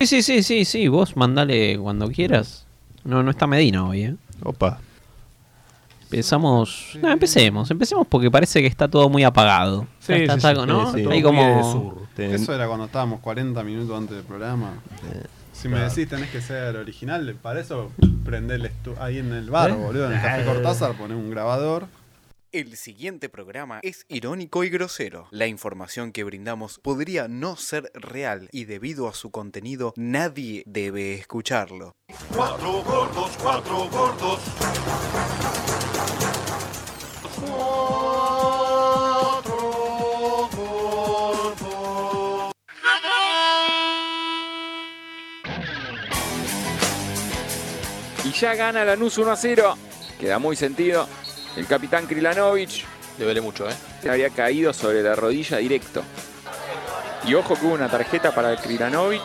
Sí, sí, sí, sí, vos mandale cuando quieras. No, no está Medina hoy, ¿eh? Opa. Empezamos. No, empecemos, empecemos porque parece que está todo muy apagado. Sí, Está- sí, está sí, con- ¿no? sí, sí. Hay Todo Ah, muy de como. sur. Ten- Eso era cuando estábamos 40 minutos antes del programa. si me decís tenés que ser original, para eso prender el estu- ahí en el bar, boludo, en el Café Cortázar, poner un grabador. El siguiente programa es irónico y grosero. La información que brindamos podría no ser real y debido a su contenido nadie debe escucharlo. Cuatro gordos, cuatro gordos. Cuatro gordos. Y ya gana Lanús 1 a 0. Queda muy sentido. El capitán Krilanovic Le duele mucho, ¿eh? había caído sobre la rodilla directo. Y ojo que hubo una tarjeta para el Krilanovic.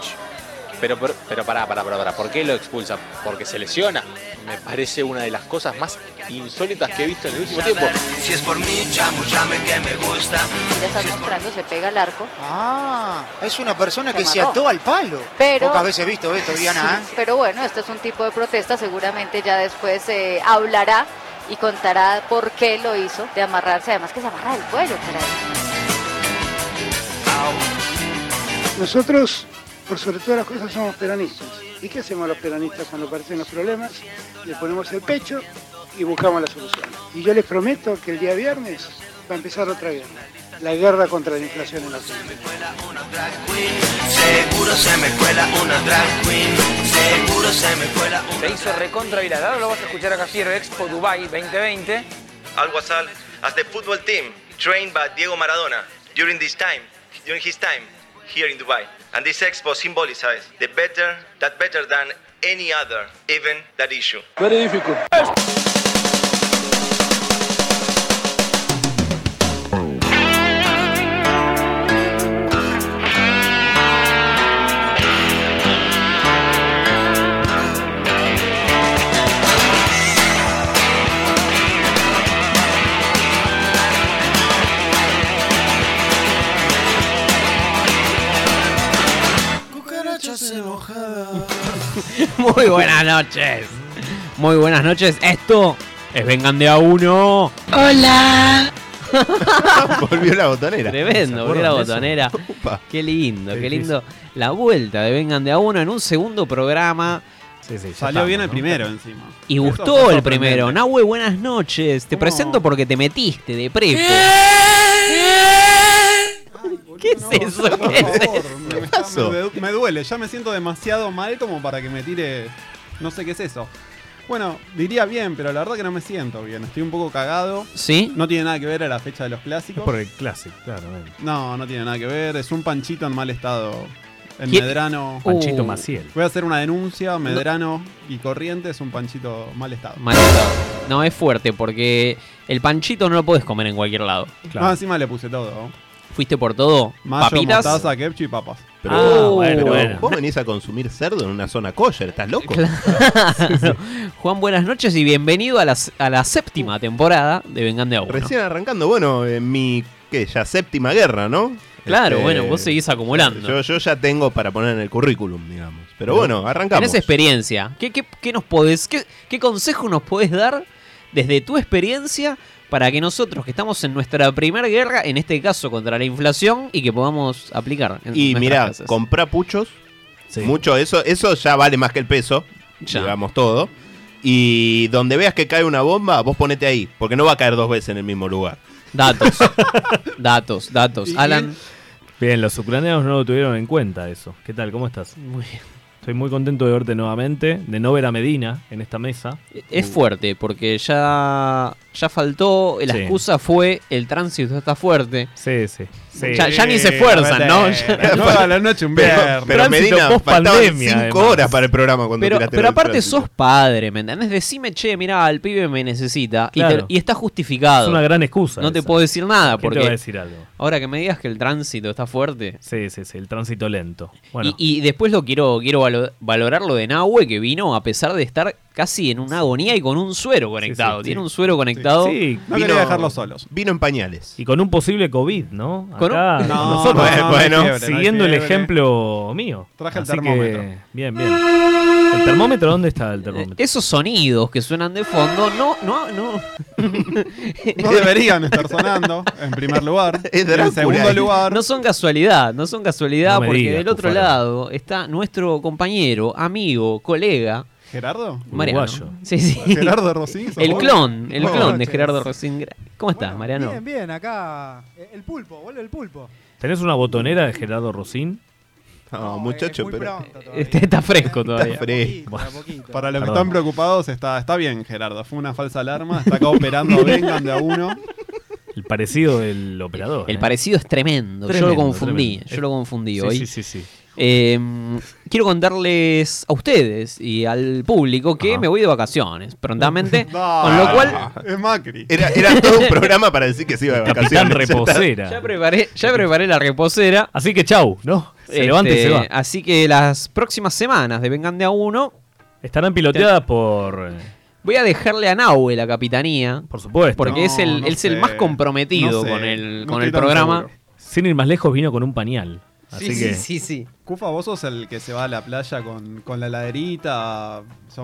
Pero, pero, pero pará, pará, pará, pará. ¿Por qué lo expulsan? Porque se lesiona. Me parece una de las cosas más insólitas que he visto en el último tiempo. Si es por mí, chamo, llame que me gusta. Ya está mostrando, se pega al arco. Ah, es una persona Se que se mató. ató al palo. Pero- Pocas veces he visto esto, Diana. ¿eh? Pero bueno, esto es un tipo de protesta, seguramente ya después eh, hablará y contará por qué lo hizo de amarrarse, además que se amarra el cuello, caray. Nosotros, por sobre todas las cosas, somos peronistas. ¿Y qué hacemos los peronistas cuando aparecen los problemas? Le ponemos el pecho y buscamos la solución. Y yo les prometo que el día viernes va a empezar otra guerra. La guerra contra la inflación en la Seguro se me cuela una drag queen. Seguro se me cuela una Se hizo recontra viral. Ahora lo vas a escuchar acá Fiero Expo Dubai 2020. Al WhatsApp, as the football team trained by Diego Maradona during this time, during his time here in Dubai. And this expo symbolizes the better, that better than any other, even that issue. Cucarachas enojadas. Muy buenas noches. Muy buenas noches. Esto es Vengan de a uno. Volvió la botonera. Tremendo, volvió la botonera. Opa. Qué lindo, Qué qué lindo. La vuelta de Vengan de a uno en un segundo programa. Salió bien el primero encima. Y Eso gustó fue el primero. sorprendente. Nahue, buenas noches. Te ¿Cómo? presento porque te metiste de prepo. ¿Qué es eso? ¿Qué es eso? Me, me- pasó? me- me duele, ya me siento demasiado mal como para que me tire. No sé qué es eso. Bueno, diría bien, pero la verdad que no me siento bien. Estoy un poco cagado. ¿Sí? No tiene nada que ver a la fecha de los clásicos. Por el clásico, claramente. No, no tiene nada que ver. Es un panchito en mal estado. En ¿Quién- Medrano. Uh, Panchito Maciel. Voy a hacer una denuncia. Medrano y Corriente es un panchito mal estado. Mal estado. No, es fuerte porque el panchito no lo podés comer en cualquier lado. Más Ah, encima le puse todo. Fuiste por todo. Mayo, Papitas. mostaza, ketchup y papas. Pero, Ah, bueno, pero bueno. vos venís a consumir cerdo en una zona kosher, ¿estás loco? Juan, buenas noches y bienvenido a la, a la séptima temporada de Vengan de a uno. Recién arrancando, bueno, en mi, ¿qué? Ya séptima guerra, ¿no? Claro, Este, bueno, vos seguís acumulando. Yo, yo ya tengo para poner en el currículum, digamos. Pero bueno, arrancamos. Tenés experiencia. ¿Qué, qué, qué nos podés, qué, qué consejo nos podés dar desde tu experiencia para que nosotros que estamos en nuestra primera guerra, en este caso contra la inflación, y que podamos aplicar? en Y nuestras mirá, casas? comprá puchos. Sí. Mucho eso, eso ya vale más que el peso. Ya. Digamos todo. Y donde veas que cae una bomba, vos ponete ahí, porque no va a caer dos veces en el mismo lugar. datos, datos, datos. Y- Alan, Bien, los ucranianos no lo tuvieron en cuenta eso. ¿Qué tal? ¿Cómo estás? muy bien. Estoy muy contento de verte nuevamente, de no ver a Medina en esta mesa. es fuerte porque ya, ya faltó, la Sí. excusa fue el tránsito está fuerte. Sí, sí. sí. Ya, ya ni se esfuerzan, ¿no? Ya- Las nueve de la noche, un Pero, viernes. pero Tránsito Medina, faltaban post-pandemia, cinco además. horas para el programa cuando Pero, tiraste pero lo del aparte tránsito. sos padre, ¿me entendés? Decime, che, mirá, el pibe me necesita. y te- Claro. Y, está justificado. Es una gran excusa. No te esa. puedo decir nada ¿Quién te va a porque decir algo? ahora que me digas que el tránsito está fuerte. Sí, sí, sí, el tránsito lento. Bueno, Y, y después lo quiero quiero valo- valorar lo de Nahue que vino a pesar de estar casi en una agonía y con un suero conectado. sí, Tiene sí. un suero conectado. Sí. No Vino- quería dejarlo solos. Vino en pañales. Y con un posible COVID, ¿no? Con un- Acá, No, no, no, nosotros, no hay bueno, fiebre, no hay siguiendo el fiebre. ejemplo mío. Traje el Así que, termómetro. bien, bien. ¿El termómetro dónde está el termómetro? Esos sonidos que suenan de fondo, no, no, no. No deberían estar sonando, en primer lugar. en segundo lugar. No son casualidad, no son casualidad No me porque digas, del otro Cufaro. lado está nuestro compañero, amigo, colega. ¿Gerardo? Mariano. Uruguayo. Sí, sí. ¿Gerardo Rosín, sos El vos? clon, el Buenas clon de noches. Gerardo Rosín. ¿Cómo estás, Mariano? Bien, bien, acá. eh, El pulpo, vuelve el pulpo. ¿Tenés una botonera de Gerardo Rosín? No, muchacho, muy pero. pronto todavía. Este está fresco todavía. Está fresco. Para los que Perdón. están preocupados, está, está bien, Gerardo. Fue una falsa alarma. Está acá operando, vengan de a uno. El parecido del operador. El ¿eh? parecido es tremendo. yo Tremendo, lo confundí, tremendo. yo lo confundí Sí, hoy. sí, sí, sí. Eh, quiero contarles a ustedes y al público que me voy de vacaciones prontamente. con lo cual. Es Macri. Era, era todo un programa para decir que se iba de vacaciones. Capitán ya está. Reposera. Ya preparé, ya preparé la reposera. Este, Así que chau, ¿no? Se levanta y se va. Así que las próximas semanas de Vengan de a uno. Estarán piloteadas por. eh, Voy a dejarle a Nahue la capitanía. Por supuesto. Porque es el, es eh, el más comprometido con el, con el programa. Sin ir más lejos, vino con un pañal. Así que. sí. Cufa, vos sos el que se va a la playa con, con la laderita,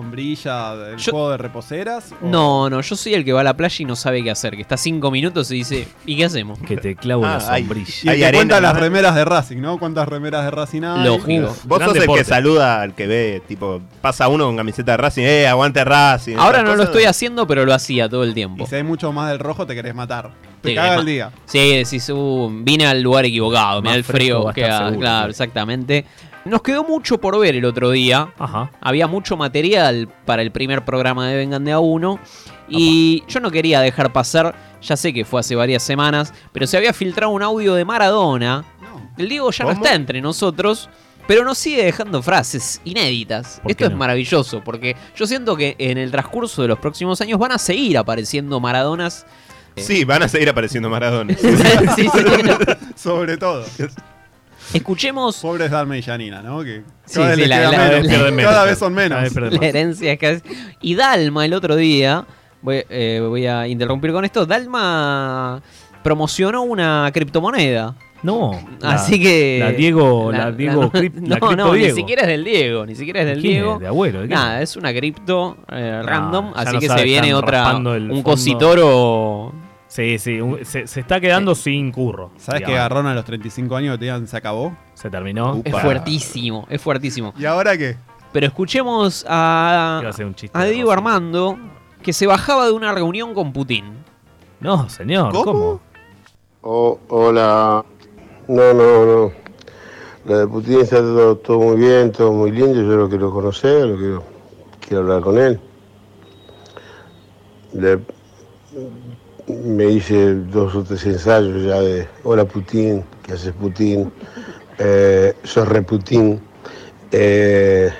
sombrilla, el Yo- juego de reposeras. ¿O No, no, yo soy el que va a la playa y no sabe qué hacer. Que está cinco minutos y dice, ¿y qué hacemos? Que te clavo Ah, la hay- sombrilla. Y el que cuenta las remeras de Racing, ¿no? ¿Cuántas remeras de Racing hay? Lógico. Uf, Vos gran sos deporte. el que saluda al que ve, tipo, pasa uno con camiseta de Racing, eh, aguante Racing. Ahora esas no lo cosas. estoy haciendo, pero lo hacía todo el tiempo. Y si hay mucho más del rojo, te querés matar. Te Sí, caga es el ma- día. Sí, decís, "Uh, vine al lugar equivocado, me Más da el fresco frío. va a que estar haga". seguro, claro, sí. exactamente. Nos quedó mucho por ver el otro día. Había mucho material para el primer programa de Vengan de a uno. Y yo no quería dejar pasar, ya sé que fue hace varias semanas, pero se había filtrado un audio de Maradona. El Diego ya no ¿Cómo? está entre nosotros. Pero nos sigue dejando frases inéditas. ¿Por Esto qué es no? maravilloso, porque yo siento que en el transcurso de los próximos años van a seguir apareciendo Maradonas Eh, Sí, van a seguir apareciendo Maradona. Sí, sí. Sobre todo. Escuchemos. Pobres Dalma y Janina, ¿no? Que cada Sí, vez sí, les la- queda la- menos. la- pierden menos, Cada claro. vez son menos. Cada vez pierden más. La herencia es cada vez- Y Dalma el otro día, voy, eh, voy a interrumpir con esto, Dalma promocionó una criptomoneda. No. la- Así que... La Diego. La, Diego. no, crip- la no, cripto no, Diego. ni siquiera es del Diego, ni siquiera es del ¿Quién es? Diego. ¿De abuelo? ¿De quién? Nada, es una cripto eh, No, random, Ah, ya así no que sabe, se viene están otra... raspando el Un fondo. cositoro... Sí, sí, un- se, se está quedando sin curro. ¿Sabes que agarraron a los 35 años te digan se acabó? Se terminó. Es fuertísimo, es fuertísimo. ¿Y ahora qué? Pero escuchemos a, Iba a hacer un chiste a de Diego Armando que se bajaba de una reunión con Putin. No, señor, ¿cómo? Oh, hola. No, no, no. La de Putin está todo, todo muy bien, todo muy lindo. Yo lo quiero conocer, lo quiero, quiero hablar con él. Le- me hice dos o tres ensayos ya de Hola Putin, ¿qué haces Putin? Eh, sos Reputin. Eh,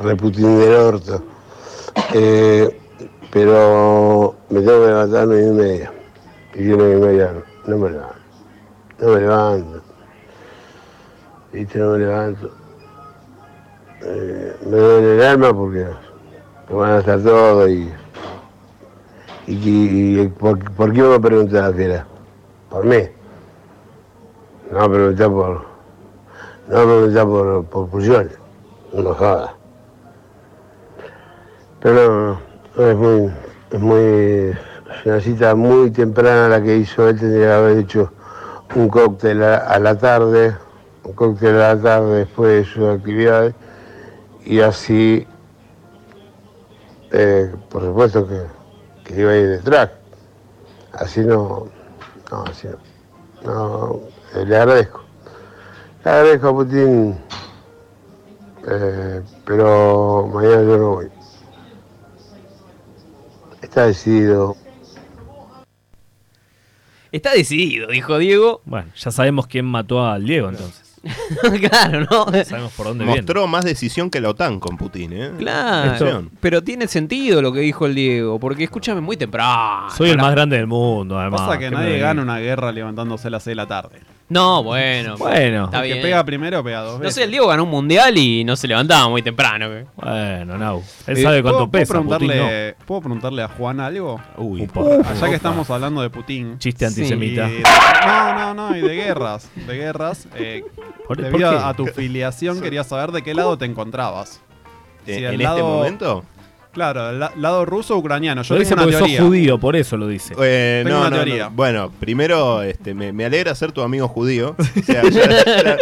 Reputin del orto. Eh, pero me tengo que levantar a nueve y media. Y yo nueve y media no me levanto. No me levanto. Viste, no me levanto. Eh, me duele el alma porque me van a estar todo y. ¿Y, y- y por, por qué me preguntás, Fiera? ¿Por mí? No preguntás por. No preguntás por, por Puyol. No jodas. Pero no, no, es muy, es muy, es una cita muy temprana la que hizo, él tendría que haber hecho un cóctel a, a la tarde, un cóctel a la tarde después de sus actividades, y así, eh, por supuesto que, que iba a ir detrás, así no, no, así no, no, eh, le agradezco, le agradezco a Putin, eh, pero mañana yo no voy. Está decidido. Está decidido, dijo Diego. Bueno, ya sabemos quién mató al Diego entonces. claro, ¿no? Sabemos por dónde viene. Mostró más decisión que la OTAN con Putin, ¿eh? Claro, Decisión. pero tiene sentido lo que dijo el Diego, porque escúchame muy temprano. Soy el más grande del mundo, además. Pasa que ¿Qué me nadie digas? gana una guerra levantándose a las 6 de la tarde. No, bueno. Bueno. está El que bien. pega primero pega dos No veces. sé, el Diego ganó un mundial y no se levantaba muy temprano. güey. Bueno, Nau. Eh, ¿puedo, ¿puedo preguntarle, ¿Puedo preguntarle a Juan algo? Uy. Upa. Upa. Ya que estamos hablando de Putin. Chiste antisemita. Y- no, no, no, y de guerras. De guerras. eh, ¿Por- debido por qué? a tu filiación, quería saber de qué lado te encontrabas. Eh, del ¿en este momento? Claro, el lado ruso o ucraniano. Yo Lo tengo dice una porque sos teoría. judío, por eso lo dice. Eh, Tengo no, una no, no. teoría. Bueno, primero este, me, me alegra ser tu amigo judío. O sea, ya, ya-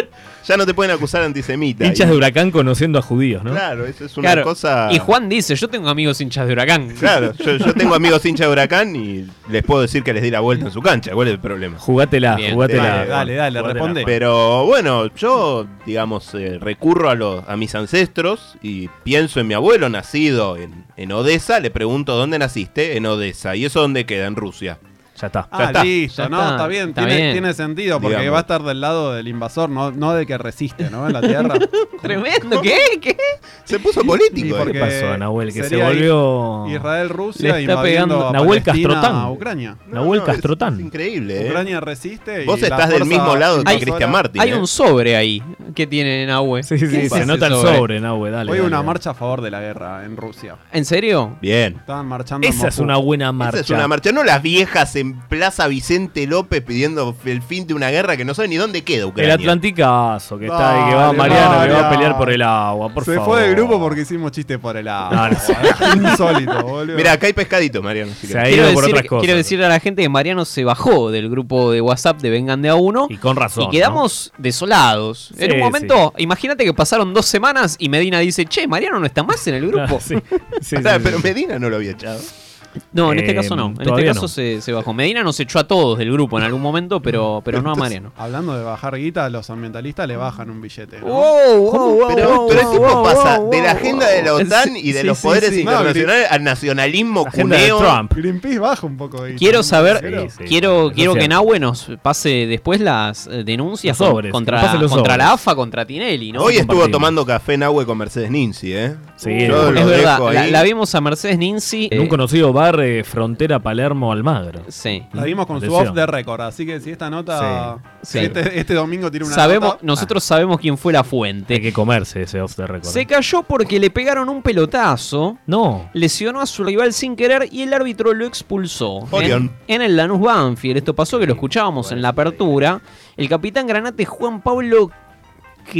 ya no te pueden acusar de antisemita. Hinchas Y- de huracán conociendo a judíos, ¿no? Claro, eso es una cosa. Y Juan dice, yo tengo amigos hinchas de huracán. Claro, yo, yo tengo amigos hincha de huracán y les puedo decir que les di la vuelta en su cancha. ¿Cuál es el problema? Jugátela, Bien. jugátela. Dale, dale, dale, Jugátela. responde. Pero bueno, yo, digamos, eh, recurro a, los, a mis ancestros y pienso en mi abuelo nacido en, en Odessa. Le pregunto, ¿dónde naciste? En Odessa. ¿Y eso dónde queda? En Rusia. Ya está. Ah, listo, no, está, bien, tiene, tiene sentido, porque Digamos. va a estar del lado del invasor, no, no del que resiste, ¿no? En la tierra. Tremendo, ¿qué? ¿Qué? Se puso Y político. eh. porque ¿Qué pasó, Nahuel? Que se sería volvió. Israel, Rusia Le está invadiendo pegando a Nahuel Palestina, Castrotán. a Ucrania. Nahuel No, no, es- Castrotán. Es increíble, ¿eh? Ucrania resiste y Vos la estás del fuerza mismo lado que invasora- Cristian Martín. Hay ¿eh? un sobre ahí que tiene Nahue. Sí, sí, ¿Qué sí, es se ese nota el sobre, Nahue, dale. Hoy dale. una marcha a favor de la guerra Ah, en Rusia. ¿En serio? Bien. Estaban marchando. en Esa es Moscú. una buena Esa marcha. es una marcha, no las viejas en Plaza Vicente López pidiendo el fin de una guerra que no saben ni dónde queda El Ucrania. Atlanticazo, que está ahí, que va Dale, Mariano, que va a Mariano. pelear por el agua, por Se favor. fue del grupo porque hicimos chistes por el agua. No, no Insólito, boludo. Mira, acá hay pescaditos, Mariano. si Se querés. ha Quiero ido por decir, otras cosas. quiero decir a la gente que Mariano se bajó del grupo de WhatsApp de Vengan de a uno. Y con razón. Y quedamos desolados. en Sí, un momento, imagínate que pasaron dos semanas y Medina dice, che, Mariano no está más en el ¿no? grupo. Ah, Sí, sí, O sea, sí, pero sí. Medina no lo había echado. No, en este Eh, caso no. En este todavía caso no. se, se bajó. Medina nos echó a todos del grupo en algún momento, pero, pero no a Mariano. Hablando de bajar guita, los ambientalistas le bajan un billete. Uh, ¿no? pero, pero el tipo pasa de la agenda de la wow. OTAN y de Sí, los sí, poderes sí. internacionales al nacionalismo Agenda de cuneo. Trump. Greenpeace baja un poco de guita. Quiero ¿no? saber, Pero- Sí, sí, quiero, eso quiero es que cierto. Nahue nos pase después las eh, denuncias Los con- sobres, que contra, nos pase los contra sobres. la AFA, contra Tinelli, ¿no? Hoy estuvo compartimos. tomando café en agua con Mercedes Ninzi, ¿eh? Sí, Yo es lo verdad, dejo la, ahí. la vimos a Mercedes Ninzi. En un eh, conocido bar, eh, frontera Palermo-Almagro. sí. La vimos con su Atención. off de récord, así que si esta nota. Sí. si Este, este domingo tiene una Sabemos, nota. nosotros sabemos quién fue la fuente. Hay que comerse ese off the record. Se cayó porque le pegaron un pelotazo, No. lesionó a su rival sin querer y el árbitro lo expulsó. En, Orión. en el Lanús Banfield, esto pasó que lo escuchábamos en la apertura. El capitán granate Juan Pablo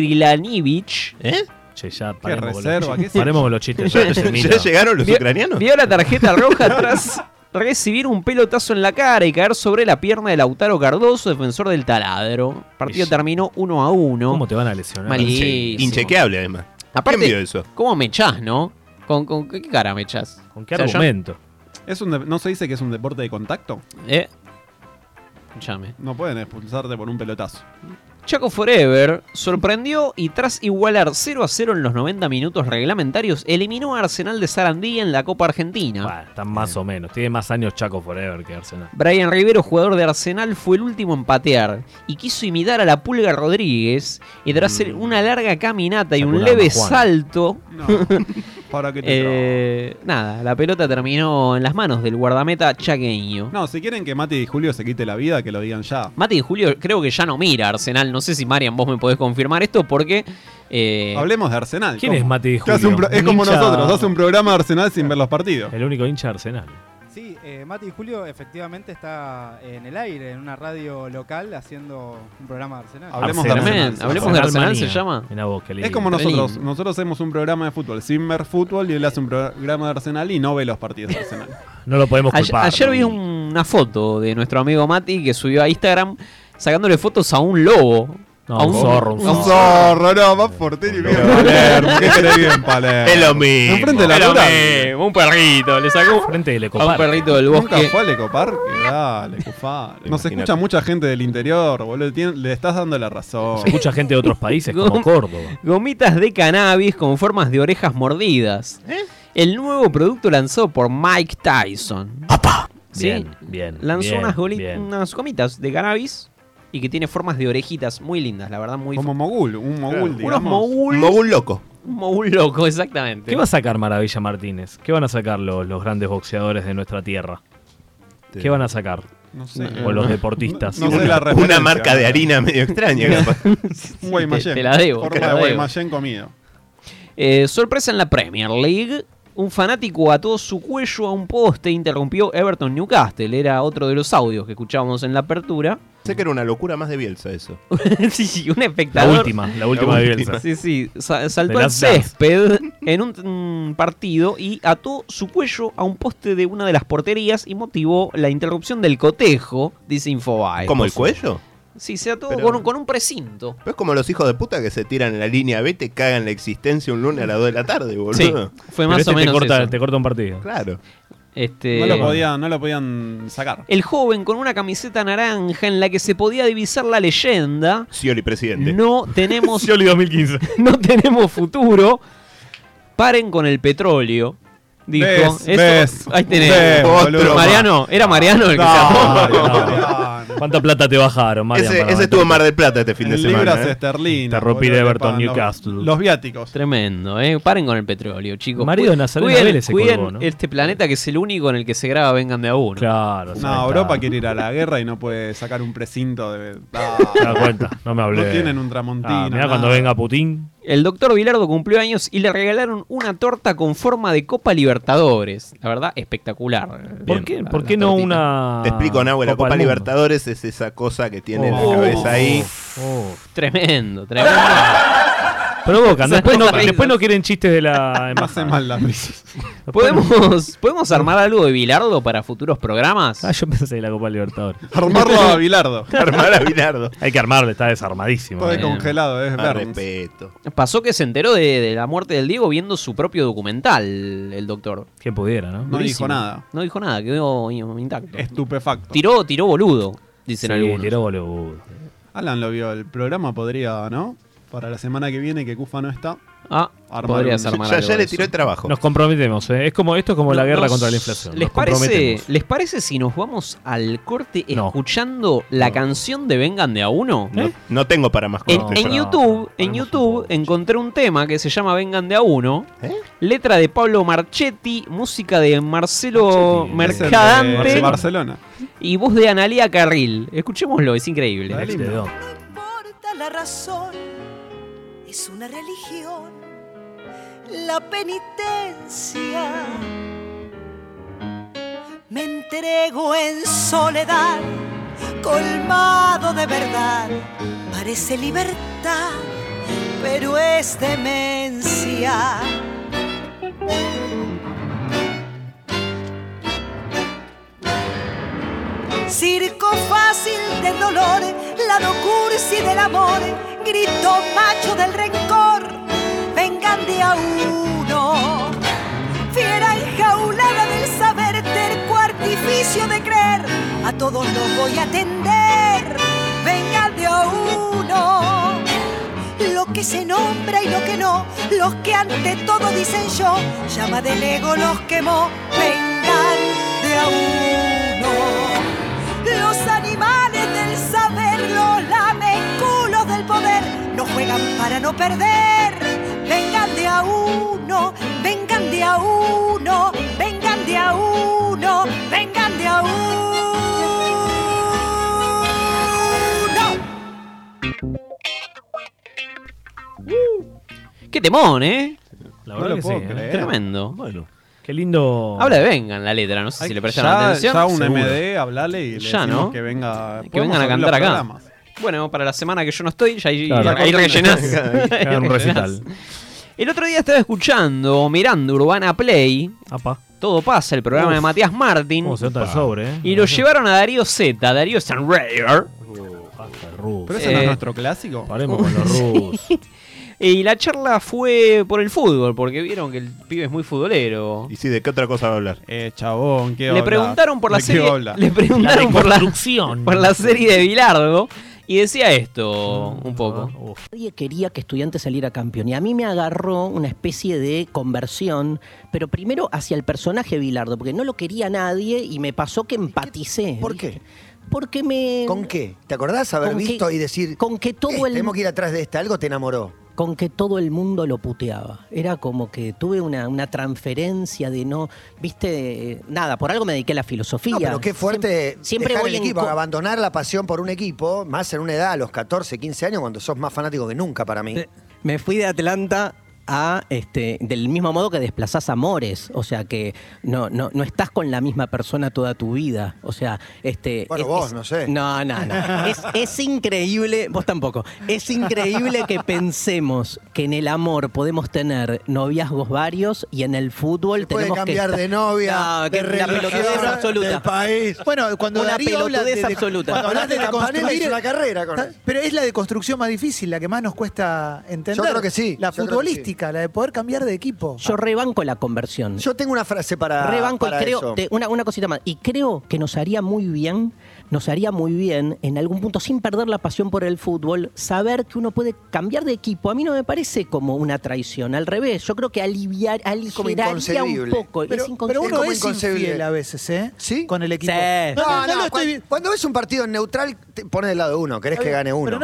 Krilanivich ¿Eh? Che, ya paremos, con los reserva, chistes. qué sé Paremos con los chistes. ¿Ya, se ya mira. llegaron los Vio- ucranianos? Vio la tarjeta roja tras recibir un pelotazo en la cara y caer sobre la pierna de Lautaro Cardoso, defensor del taladro. Partido Sí. terminó 1 a 1. ¿Cómo te van a lesionar? Malísimo. Inchequeable, además. Aparte, ¿Quién vio eso? ¿Cómo me echás, no? ¿Con, con qué cara me echás? ¿Con qué O sea, yo- argumento? ¿Es un de- ¿No se dice que es un deporte de contacto? ¿Eh? Escuchame. No pueden expulsarte por un pelotazo. Chaco Forever sorprendió y tras igualar 0 a 0 en los 90 minutos reglamentarios, eliminó a Arsenal de Sarandí en la Copa Argentina. Bueno, están más o menos. Tiene más años Chaco Forever que Arsenal. Brian Rivero, jugador de Arsenal, fue el último en patear y quiso imitar a la Pulga Rodríguez y tras hacer una larga caminata y Sacó un una leve arma, Mm. Juan. salto, No. Para que te. eh, nada, la pelota terminó en las manos del guardameta chaqueño. tro- No, si quieren que Mati y Julio se quite la vida, que lo digan ya. Mati y Julio creo que ya no mira a Arsenal, no sé si Marian vos me podés confirmar esto porque... eh, Hablemos de Arsenal. ¿Quién ¿cómo? es Mati Di Que hace Julio? un pro- es Un como hincha- nosotros, hace un programa de Arsenal sin ver los partidos. El único hincha de Arsenal. Sí, eh, Mati y Julio efectivamente está en el aire, en una radio local, haciendo un programa de Arsenal. Hablemos de Arsenal. Arsenal. Tremendo, hablemos de Arsenal, manía. ¿se llama? Mirá vos, qué lindo. Es como Qué nosotros. lindo. Nosotros hacemos un programa de fútbol sin ver fútbol y él hace un programa de Arsenal y no ve los partidos de Arsenal. No lo podemos Ayer, culpar. ayer vi una foto de nuestro amigo Mati que subió a Instagram sacándole fotos a un lobo. No, a un zorro, un Un zorro, no, más portero y bien Palermo. ¿Qué querés bien, Palermo? Es lo mismo. Enfrente de la Pero Durán. me- un perrito, le sacó un- Frente del a un Ecoparque. perrito del Nunca bosque. fue al Ecoparque, dale, cufá. Nos Imagínate. escucha mucha gente del interior, boludo. tien- le estás dando la razón. Se escucha gente de otros países, como ¿Cómo? Córdoba. Gomitas de cannabis con formas de orejas mordidas. ¿Eh? El nuevo producto lanzado por Mike Tyson. ¿Sí? Ah, Bien, bien. Lanzó bien, unas, goli- bien. unas gomitas de cannabis y que tiene formas de orejitas muy lindas, la verdad, muy. Como mogul, un mogul, unos digamos. mogul, Mogul loco. un mogul loco, exactamente. ¿Qué va a sacar Maravilla Martínez? ¿Qué van a sacar los, los grandes boxeadores de nuestra tierra? ¿Qué van a sacar? No sé. O los deportistas. No, no sé una, la una referencia. marca de harina medio extraña, capaz. Un Te- Guaymallén. te la debo, Forma te la de debo. Guaymallén comido. Eh, sorpresa en la Premier League. Un fanático ató su cuello a un poste e interrumpió Everton Newcastle. Era otro de los audios que escuchábamos en la apertura. Sé que era una locura más de Bielsa eso. sí, sí, un espectador. La última, la última de Bielsa. Sí, sí. sa- The saltó al Last Dance. césped en un mm, partido y ató su cuello a un poste de una de las porterías y motivó la interrupción del cotejo, dice Infobae. ¿Como el cuello? Sí, se ató Pero- con, un- con un precinto. Pero es como los hijos de puta que se tiran en la línea B y te cagan la existencia un lunes a las 2 de la tarde, boludo. Sí, fue más Pero este o te menos corta- eso. te corta un partido. Claro. Este... No, lo podían, no lo podían sacar. El joven con una camiseta naranja en la que se podía divisar la leyenda. Scioli presidente. No tenemos. Scioli 2015. No tenemos futuro. Paren con el petróleo. Dijo. Ves, Eso- ves, ahí tenés. ves, boludo. Mariano, era Mariano el que se No, armó. no. ¿Cuánta plata te bajaron, Marian? Ese, para ese mantener- estuvo en Mar del Plata este fin de En semana. libras ¿eh? Te esterlinas. rompí boludo, de que Everton pagan los- Newcastle. Los viáticos. Tremendo, ¿eh? Paren con el petróleo, chicos. Mario Cu- Nazareno cuiden- Vélez se cuiden colgó, ¿no? este planeta que es el único en el que se graba Vengan de a uno. Claro, No, Europa quiere ir a la guerra y no puede sacar un precinto de. Ah. Te das cuenta, no me hablé. No tienen un tramontino. Ah, mirá nada. cuando venga Putin. El doctor Vilardo cumplió años y le regalaron una torta con forma de Copa Libertadores. La verdad, espectacular. ¿Por qué, ¿por qué no una. Te explico, Nahuel, la Copa Copa del Mundo? Libertadores es esa cosa que tiene en Oh. la cabeza ahí. Tremendo, tremendo. Provocan. Esas Después no, cosas. después no quieren chistes de la embajada. mal la ¿Podemos, ¿Podemos armar algo de Bilardo para futuros programas? Ah, yo pensé en la Copa Libertadores. Armarlo a Bilardo. Armar a Bilardo. Hay que armarlo, está desarmadísimo. Todo Eh. congelado, es Ah, verde. respeto. Pasó que se enteró de, de la muerte del Diego viendo su propio documental, el doctor. Que pudiera, ¿no? No dijo nada. No dijo nada, quedó in- intacto. Estupefacto. Tiró, tiró boludo, dicen Sí, algunos. tiró boludo. Alan lo vio. El programa podría, ¿no? Para la semana que viene, que Cufa no está. Ah, Armar podrías un- armar Ya- algo ya de le eso. tiró el trabajo. Nos comprometemos, ¿eh? Es como, esto es como la guerra Nos- contra la inflación. ¿les Nos parece, comprometemos. ¿Les parece si nos vamos al corte No. escuchando la canción de Vengan de a uno? No, ¿Eh? no tengo para más En, cortes, en pero- YouTube, en YouTube encontré un tema que se llama Vengan de a uno. ¿Eh? Letra de Pablo Marchetti, música de Marcelo Es el de Mercadante Barcelona. y voz de Analia Carril. Escuchémoslo, es increíble. Dale, lindo. importa la razón, es una religión, la penitencia. Me entrego en soledad, colmado de verdad, parece libertad, pero es demencia. Circo fácil del dolor, lado cursi del amor, grito macho del rencor, vengan de a uno. Fiera enjaulada del saber, terco artificio de creer, a todos los voy a atender, vengan de a uno. Lo que se nombra y lo que no, los que ante todo dicen yo, llama del ego los quemó, vengan de a uno. Los animales del saber, los lameculos del poder, no juegan para no perder. Vengan de a uno, vengan de a uno, vengan de a uno, vengan de a uno. Qué temón, ¿eh? La verdad No lo que puedo sí, ¿eh? creer. Tremendo. Bueno, qué lindo. Habla de Vengan la letra, no sé Ay, si le prestaron ya, atención. ya un Seguro. MD, hablale y le Ya, decimos ¿no? que venga. Que vengan a Podemos abrir cantar los acá. programas. Bueno, para la semana que yo no estoy, ya ahí, Claro. ahí rellenás. Hagan un Ahí rellenás. recital. El otro día estaba escuchando, mirando Urbana Play. Todo pasa, el programa Uf. de Matías Martín. Cómo se nota el sobre, ¿eh? Y lo llevaron a Darío Z, Darío Sanreyer. Pero ese no Eh, es nuestro clásico. Paremos con los rusos. Y la charla fue por el fútbol, porque vieron que el pibe es muy futbolero. Y sí, ¿de qué otra cosa va a hablar? Eh, chabón, ¿qué Le preguntaron por la serie. Le preguntaron por la, por la serie de Bilardo. Y decía esto Ah, un poco. Nadie quería que estudiante saliera campeón y a mí me agarró una especie de conversión, pero primero hacia el personaje Bilardo, porque no lo quería nadie y me pasó que empaticé. ¿Por qué? Porque me... ¿Con qué? ¿Te acordás haber Con que- visto y decir, con que todo "Eh, el- tenemos que ir atrás de esta? Algo te enamoró. con que todo el mundo lo puteaba. Era como que tuve una, una transferencia de no, viste, eh, nada, por algo me dediqué a la filosofía. No, pero qué fuerte Siempre- siempre dejar voy el en equipo, co- abandonar la pasión por un equipo, más en una edad, a los 14, 15 años, cuando sos más fanático que nunca para Eh, mí. Me fui de Atlanta a este del mismo modo que desplazás amores, o sea que no no no estás con la misma persona toda tu vida, o sea, este Bueno, vos, no sé. No, no, no. Es, es increíble, vos tampoco. Es increíble que pensemos que en el amor podemos tener noviazgos varios y en el fútbol Puede tenemos cambiar que de novia, No, que de la pelotudez religión, absoluta. del país. Bueno, cuando una Darío habla pelotudez de- de- absoluta. Cuando hablas de, La campanela construir- hizo una carrera con Ta- eso. Pero es la de construcción más difícil, la que más nos cuesta entender. creo que sí, La yo creo que futbolística, la de poder cambiar de equipo. Yo rebanco la conversión. Yo tengo una frase para. Rebanco y para creo, eso. te- una, una cosita más, y creo que nos haría muy bien, nos haría muy bien en algún punto, sin perder la pasión por el fútbol, saber que uno puede cambiar de equipo. A mí no me parece como una traición, al revés, yo creo que aliviar, aligeraría un inconcebible. poco. Pero, es pero inconcebible. uno es infiel a veces, ¿eh? ¿Sí? Con el equipo. Sí. No, no, no, lo cu- estoy- cuando ves un partido neutral, te pones del lado de uno, querés que gane uno.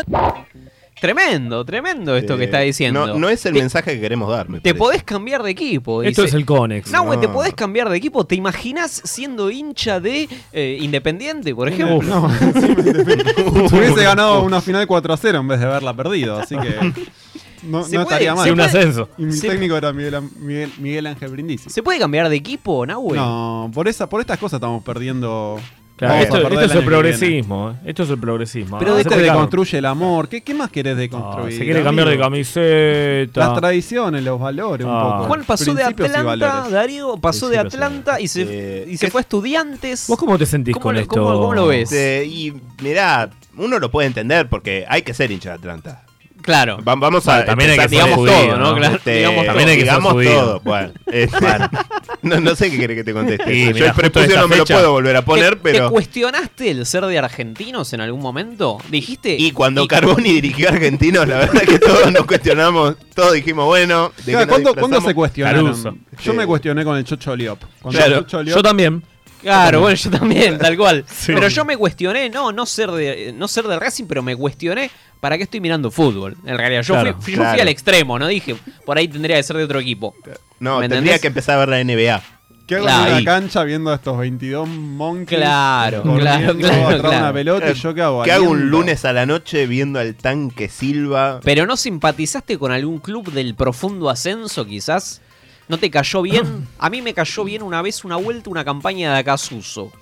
Tremendo, tremendo esto que Eh, está diciendo. No, no es el mensaje que queremos dar. me Te parece. podés cambiar de equipo. Esto dice. es el Conex. Nahue, No. te podés cambiar de equipo. ¿Te imaginas siendo hincha de eh, Independiente, por ejemplo? No, hubiese ganado una final 4 a 0 en vez de haberla perdido, así que. No, Se no puede, estaría mal. se puede. Y mi Se- técnico era Miguel, An- Miguel- Miguel Ángel Brindisi. ¿Se puede cambiar de equipo, Nahue? No, por, esa, por estas cosas estamos perdiendo. Claro, vamos a esto, perder esto es año el que viene. progresismo, eh. esto es el progresismo. Pero de Hacete cómo cargo. deconstruye el amor. ¿Qué, qué más querés Ah, deconstruir? se quiere cambiar de amigo? camiseta. Las tradiciones, los valores, Ah. un poco. Juan pasó de Principios y Atlanta, valores. Eh, Darío pasó de Principios y Atlanta y se, y se fue a estudiantes. ¿Vos cómo te sentís ¿Cómo con lo- esto? cómo- cómo lo ves? Este, y mirá, uno lo puede entender porque hay que ser hincha de Atlanta. Claro. Va- vamos a. Bueno, también hay empezar- que ser digamos judío, todo, ¿no? ¿no? Claro. Este, también hay que ser digamos judío. todo. Bueno, este, no, no sé qué quiere que te conteste. Y Yo mirá, el justo prepucio esta no me lo fecha- puedo volver a ¿Te- poner, pero. ¿Te cuestionaste el ser de argentinos en algún momento? Dijiste. Y cuando Carboni dirigió a Argentinos, la verdad que todos nos cuestionamos, todos dijimos, bueno, ¿de Claro, qué nos ¿cuándo, cuándo disfrazamos? se cuestionaron? Caruso. Yo Sí. me cuestioné con el Chocho Liop. Cuando Claro. el Chocho Liop- Yo también. Claro, bueno, yo también, tal cual. Pero yo me cuestioné, no, no ser de, no ser de Racing, pero me cuestioné para qué estoy mirando fútbol. En realidad, yo, Claro, fui, fui- yo claro. fui al extremo, no dije, por ahí tendría que ser de otro equipo. No, tendría ¿Me entendés? que empezar a ver la NBA. ¿Qué hago Claro, en ahí. una cancha viendo a estos 22 monkeys? Claro, corriendo claro, claro, atrás de claro. una pelota y yo qué hago? ¿Qué hago un Aliento. lunes a la noche viendo al tanque Silva? Pero no simpatizaste con algún club del profundo ascenso, quizás. ¿No te cayó bien? A mí me cayó bien una vez, una vuelta, una campaña de Acasuso.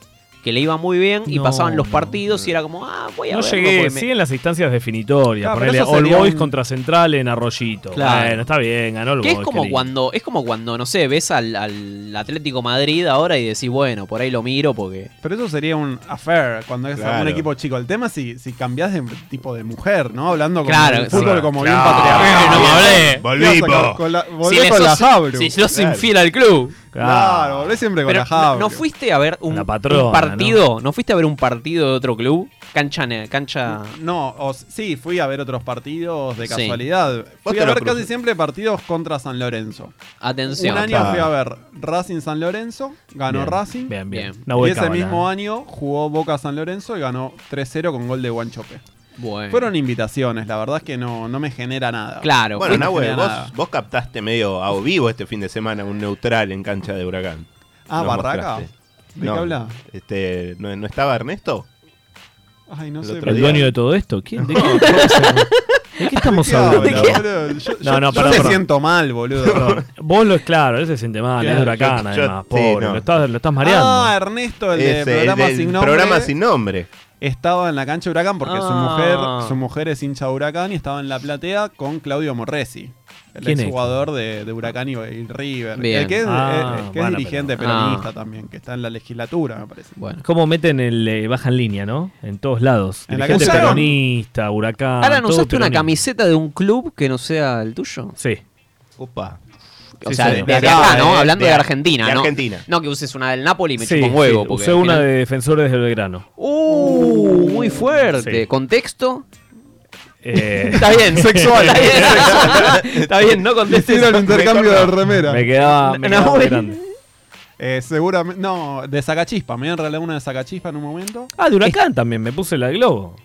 Que le iba muy bien y No, pasaban los no, partidos y era como, ah, voy a No verlo llegué, porque me- sí en las instancias definitorias. Claro, Ponele pero eso All sería Boys un- contra Central en Arroyito. Claro. Bueno, está bien, ganó el Que es Boys, como qué lindo. cuando, es como cuando, no sé, ves al, al Atlético Madrid ahora y decís, bueno, por ahí lo miro porque. Pero eso sería un affair cuando es Claro. un equipo chico. El tema es si, si cambias de tipo de mujer, ¿no? Hablando con Claro, el fútbol sí. como Claro, bien patriarcal. no me hablé. Volví, Volví, con- po. con la- Si Volví le con la sos- Jabru. si sos infiel al club. Claro, volví siempre con Pero la Jabru. no, no fuiste a ver un, La patrona, un partido, ¿no? fuiste a ver un partido de otro club, cancha, ne- cancha. No, o s- sí, fui a ver otros partidos de Sí. casualidad. Fui te a lo ver casi cruces. siempre partidos contra San Lorenzo. Atención. Un año Claro. fui a ver Racing San Lorenzo, ganó Bien, Racing. bien, bien. Bien. Y Nahuel ese Cábala. mismo año jugó Boca San Lorenzo y ganó 3-0 con gol de Guanchope. Bueno. Fueron invitaciones, la verdad es que no, no me genera nada. Bueno, No me Nahue, genera vos, nada. vos captaste medio a vivo este fin de semana un neutral en cancha de Huracán. Ah, Nos Barraca. mostraste. ¿De No, qué habla? este, ¿no, no estaba Ernesto? Ay, no El sé. otro pero- ¿El dueño de todo esto? ¿Quién? ¿De qué, No. ¿De qué estamos ¿De qué hablando? hablo, boludo? Yo- yo- yo me siento mal, boludo. Perdón. Vos lo es claro, él se siente mal, Claro, es huracán yo- yo- además, sí, pobre. no. lo, estás, lo estás mareando. Ah, Ernesto, el Ese, de el programa, del sin nombre, Programa Sin Nombre. Estaba en la cancha de Huracán porque su Ah. mujer su mujer es hincha de Huracán y estaba en la platea con Claudio Morresi, el ¿Quién es? exjugador de, de Huracán y, y River. Bien. El que es, Ah, el- el que es bueno, dirigente pero- peronista Ah. también, que está en la legislatura, me parece. Bueno. ¿Cómo meten el eh, baja en línea, no? En todos lados. En la Gente cancha. peronista, huracán. Alan, todo ¿usaste una peronista. camiseta de un club que no sea el tuyo? Sí. Opa. O Sí, sea, sí. de, De de acá, acá, ¿no? de- Hablando de, de- Argentina, de ¿no? Argentina. No, que uses una del Napoli y me Sí, chupa un huevo. sí, porque usé al una final- de defensores del Belgrano. Uh, muy fuerte. ¿Contexto? Eh, Está bien. Está bien, sexual. Está bien, no contestes. Hicieron el intercambio de remera. Me quedaba, me No, quedaba muy bueno. grande. Eh, seguramente. No, de Sacachispa. Me habían regalado una de Sacachispa en un momento. Ah, de huracán también, me puse la de globo.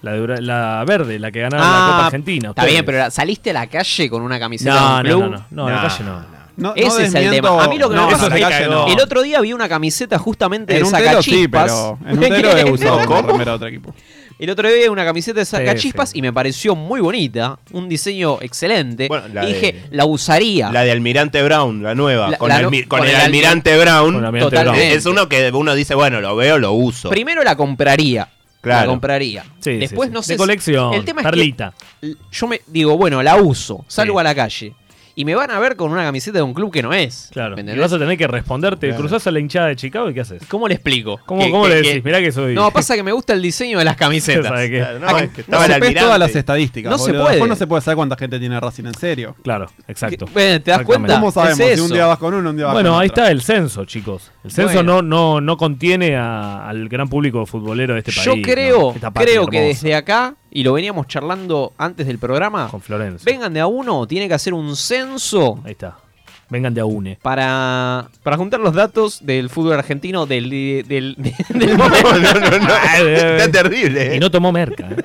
La, de Ura- la verde, la que ganaba Ah, la Copa Argentina. Está bien, pero saliste a la calle con una camiseta de No, un no, club. no, no, no, en la calle no. No, Ese no es el desmiento- tema. A mí lo que no, me eso pasa se es que cae, no. el otro día vi una camiseta justamente En de un telo sí, Sacachispas. pero en un telo he usado la remera de otro equipo. El otro día vi una camiseta de Sacachispas y me pareció muy bonita. Un diseño excelente. la y de- dije, la usaría. La de Almirante Brown, la nueva. La- con, la el, nu- mi- con el Almirante Brown. Con el Almirante Brown. Totalmente. Es uno que uno dice, bueno, lo veo, lo uso. Primero la compraría. Claro. La compraría. Sí, Después sí, sí. no De sé. si- colección, El tema es perlita. que l- yo me digo, bueno, la uso, salgo a la calle. Y me van a ver con una camiseta de un club que no es. Claro. Y vas a tener que responderte. Cruzás a la hinchada de Chicago y ¿qué haces? ¿Cómo le explico? ¿Cómo, Que- cómo que- le que- decís? Mirá que soy. No, pasa que me gusta el diseño de las camisetas. ¿Sabe qué? Claro, No, Ah, es que que estaba el no se ves almirante. todas las estadísticas. No se boludo. puede. Después no se puede saber cuánta gente tiene Racing en serio. Claro, exacto. Eh, ¿te das Exactamente. cuenta? ¿Cómo sabemos Es si un eso. día vas con uno, un día vas Bueno, con ahí otro? está el censo, chicos. El censo Bueno. no, no, no contiene a- al gran público futbolero de este país. Yo ¿no? creo, Esta patria creo que hermosa. desde acá, y lo veníamos charlando antes del programa, Con Florencia. vengan de a uno, tiene que hacer un censo. Ahí está. Vengan de a une. Para, para juntar los datos del fútbol argentino del, del, del momento. Está terrible. Y no tomó merca. ¿eh?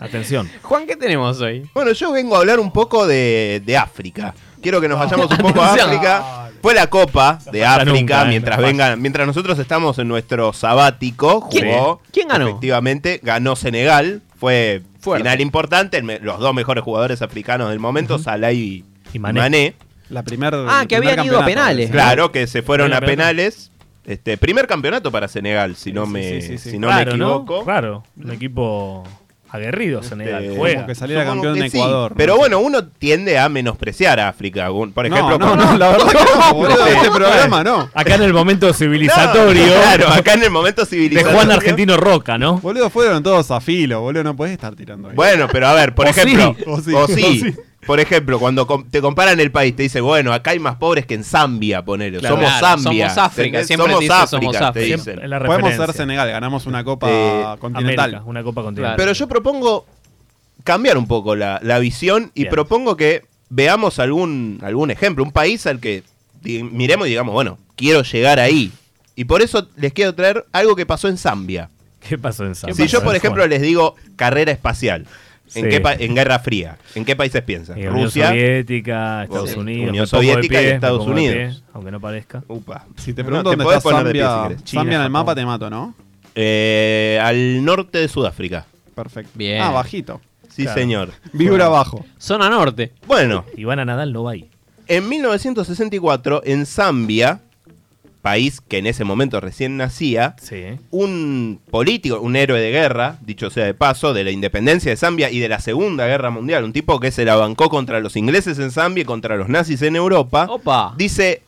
Atención. Juan, ¿qué tenemos hoy? Bueno, yo vengo a hablar un poco de, de África. Quiero que nos vayamos un poco a Atención. África. Fue la Copa de pasa África nunca, eh, mientras no pasa. vengan, mientras nosotros estamos en nuestro sabático, ¿Quién- jugó. quién ganó? Efectivamente, ganó Senegal. Fue Fuerte. final importante. el me- Los dos mejores jugadores africanos del momento, Salah y, y Mané. Mané. La primer, Ah, que el primer habían ido a campeonato, penales. ¿no? Claro, que se fueron Primer a campeonato. penales. Este, primer campeonato para Senegal, si no sí, me, sí, sí. Si no Claro, me equivoco. Claro. Un equipo aguerrido, Senegal. Este, Juega. Eh, como que saliera Supongo campeón que en sí, Ecuador. ¿no? Pero bueno, uno tiende a menospreciar a África. Un- Por ejemplo, No, no, con- no, la verdad que no, boludo, Sí. este programa no. Acá en el momento civilizatorio. No, claro, acá en el momento De civilizado. Juan Argentino Roca, ¿no? Boludo, fueron todos a filo, boludo, no podés estar tirando ahí. Bueno, pero a ver, por O ejemplo, sí, o sí, o o sí, sí. por ejemplo, cuando com- te comparan el país, te dice, bueno, acá hay más pobres que en Zambia, ponele. Claro, somos claro, Zambia. somos África, ¿entendés? siempre somos dice África, somos te África. dicen. Es la Podemos referencia. ser Senegal, ganamos una copa Eh, continental. América, una copa continental. Pero yo propongo cambiar un poco la, la visión y Bien. propongo que veamos algún, algún ejemplo, un país al que di- miremos y digamos, bueno, quiero llegar ahí. Y por eso les quiero traer algo que pasó en Zambia. ¿Qué pasó en Zambia? Si yo, por ejemplo, les digo carrera espacial, ¿en, Sí. qué pa- en Guerra Fría, ¿en qué países piensan? Eh, Unión Rusia. Soviética, Estados Sí. Unidos. Unión me pongo de Soviética y pie, me Estados pongo de Unidos. pie, aunque no parezca. Upa. Si te No, pregunto te dónde podés está poner de pie si Zambia, querés. China, Zambia en el Japón. mapa te mato, ¿no? Eh, al norte de Sudáfrica. Perfecto. Bien. Ah, bajito. Sí, Claro. señor. Vibra abajo. Zona norte. Bueno, Iván Nadal no va ahí. En 1964, en Zambia, país que en ese momento recién nacía, Sí. un político, un héroe de guerra, dicho sea de paso, de la independencia de Zambia y de la Segunda Guerra Mundial, un tipo que se la bancó contra los ingleses en Zambia y contra los nazis en Europa, Opa. dice,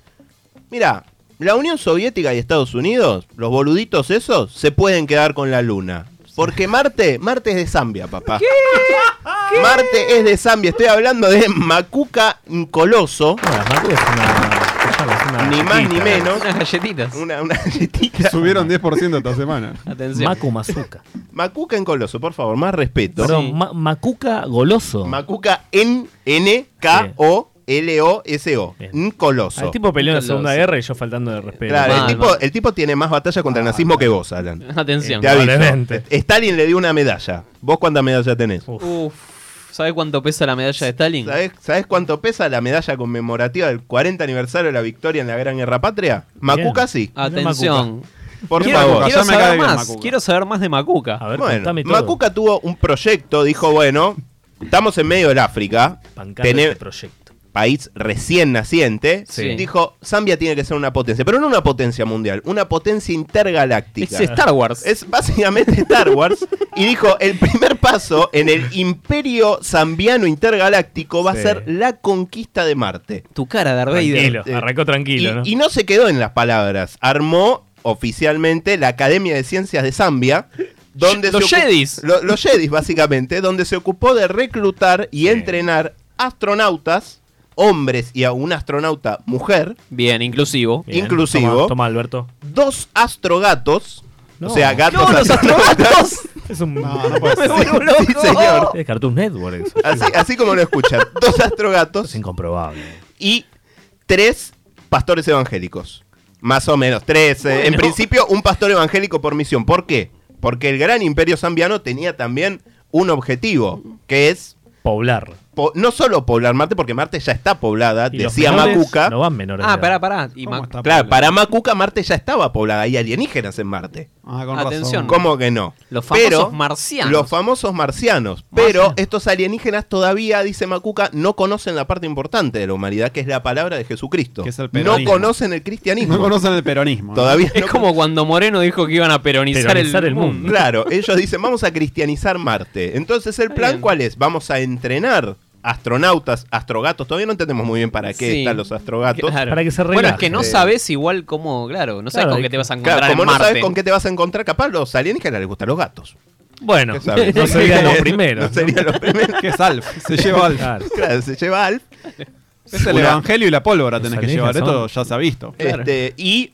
mira, la Unión Soviética y Estados Unidos, los boluditos esos, se pueden quedar con la luna. Porque Marte, Marte es de Zambia, papá. Marte es de Zambia. Estoy hablando de Macuca Coloso. Bueno, Marco es una. es una Ni más ni chiquita. menos. Unas galletitas. Una, una galletita. Subieron 10% esta semana. Atención. Macu Mazuca. Macuca en Coloso, por favor, más respeto. Perdón, Ma- Macuca Goloso. Macuca en N-K-O-L-O-S-O. En Ah, el Coloso. tipo peleó en la Goloso. Segunda Guerra y yo faltando de respeto. Claro, el Mal, tipo, mal. el tipo tiene más batalla contra el nazismo que vos, Alan. Atención. Te aviso. Probablemente. Stalin le dio una medalla. ¿Vos cuánta medalla tenés? Uf. ¿Sabes cuánto pesa la medalla de Stalin? ¿Sabés, sabés cuánto pesa la medalla conmemorativa del 40 aniversario de la victoria en la Gran Guerra Patria? Macuca sí. Atención. Por quiero, favor. quiero Ya me cae saber bien más. Macuca. Quiero saber más de Macuca. A ver, Bueno, contame todo. Macuca tuvo un proyecto, dijo, bueno, estamos en medio del África, Pancada tené- este proyecto. país recién naciente, Sí. dijo, Zambia tiene que ser una potencia, pero no una potencia mundial, una potencia es intergaláctica. Star Wars. Es básicamente Star Wars. y dijo, el primer paso en el imperio zambiano intergaláctico va Sí. a ser la conquista de Marte. tu cara, Darth Vader. Eh, Tranquilo, arrancó tranquilo, y, ¿no? y no se quedó en las palabras. Armó oficialmente la Academia de Ciencias de Zambia. Donde Los se ocu- Jedis. Lo- los Jedis, básicamente, donde se ocupó de reclutar y entrenar astronautas, hombres y a un astronauta mujer, Bien, inclusivo. Bien. inclusivo. Toma, toma, Alberto. dos astrogatos. No. O sea, gatos. ¡No, los astrogatos! Es un. No, no puede Sí, ser. sí, señor. Es Cartoon Network eso. Así, así como lo escuchan. Dos astrogatos Es incomprobable. y tres pastores evangélicos. Más o menos, tres. eh, En Bueno. principio, un pastor evangélico por misión. ¿Por qué? Porque el gran imperio zambiano tenía también un objetivo, que es... Poblar. no solo poblar Marte, porque Marte ya está poblada, Y los decía menores Macuca. No van menores. Ah, pará, pará. Y Ma- Claro, para Macuca Marte ya estaba poblada, hay alienígenas en Marte. con Atención. razón. ¿Cómo que no? Los famosos marcianos. Los famosos marcianos. Pero estos alienígenas todavía, dice Macuca, no conocen la parte importante de la humanidad, que es la palabra de Jesucristo. el no peronismo. conocen el cristianismo. No conocen el peronismo. Todavía es como cuando Moreno dijo que iban a peronizar, Peronizar el, mundo. Claro, ellos dicen, vamos a cristianizar Marte. Entonces, ¿el plan cuál es? Vamos a entrenar astronautas, astrogatos. Todavía no entendemos muy bien para qué Sí. están los astrogatos. Claro. Bueno, es que no sabes igual cómo, claro, no sabes Claro, con qué hay- te vas a encontrar Claro, como en no Marte. sabes con qué te vas a encontrar, capaz los alienígenas les gustan los gatos. Bueno, ¿Qué sabes? no serían los primeros, No serían los primeros. Que es Alf, se lleva Alf. Claro, se lleva Alf. Es el Una- evangelio y la pólvora Los tenés que llevar. alienígenas Esto son- ya se ha visto. Este, y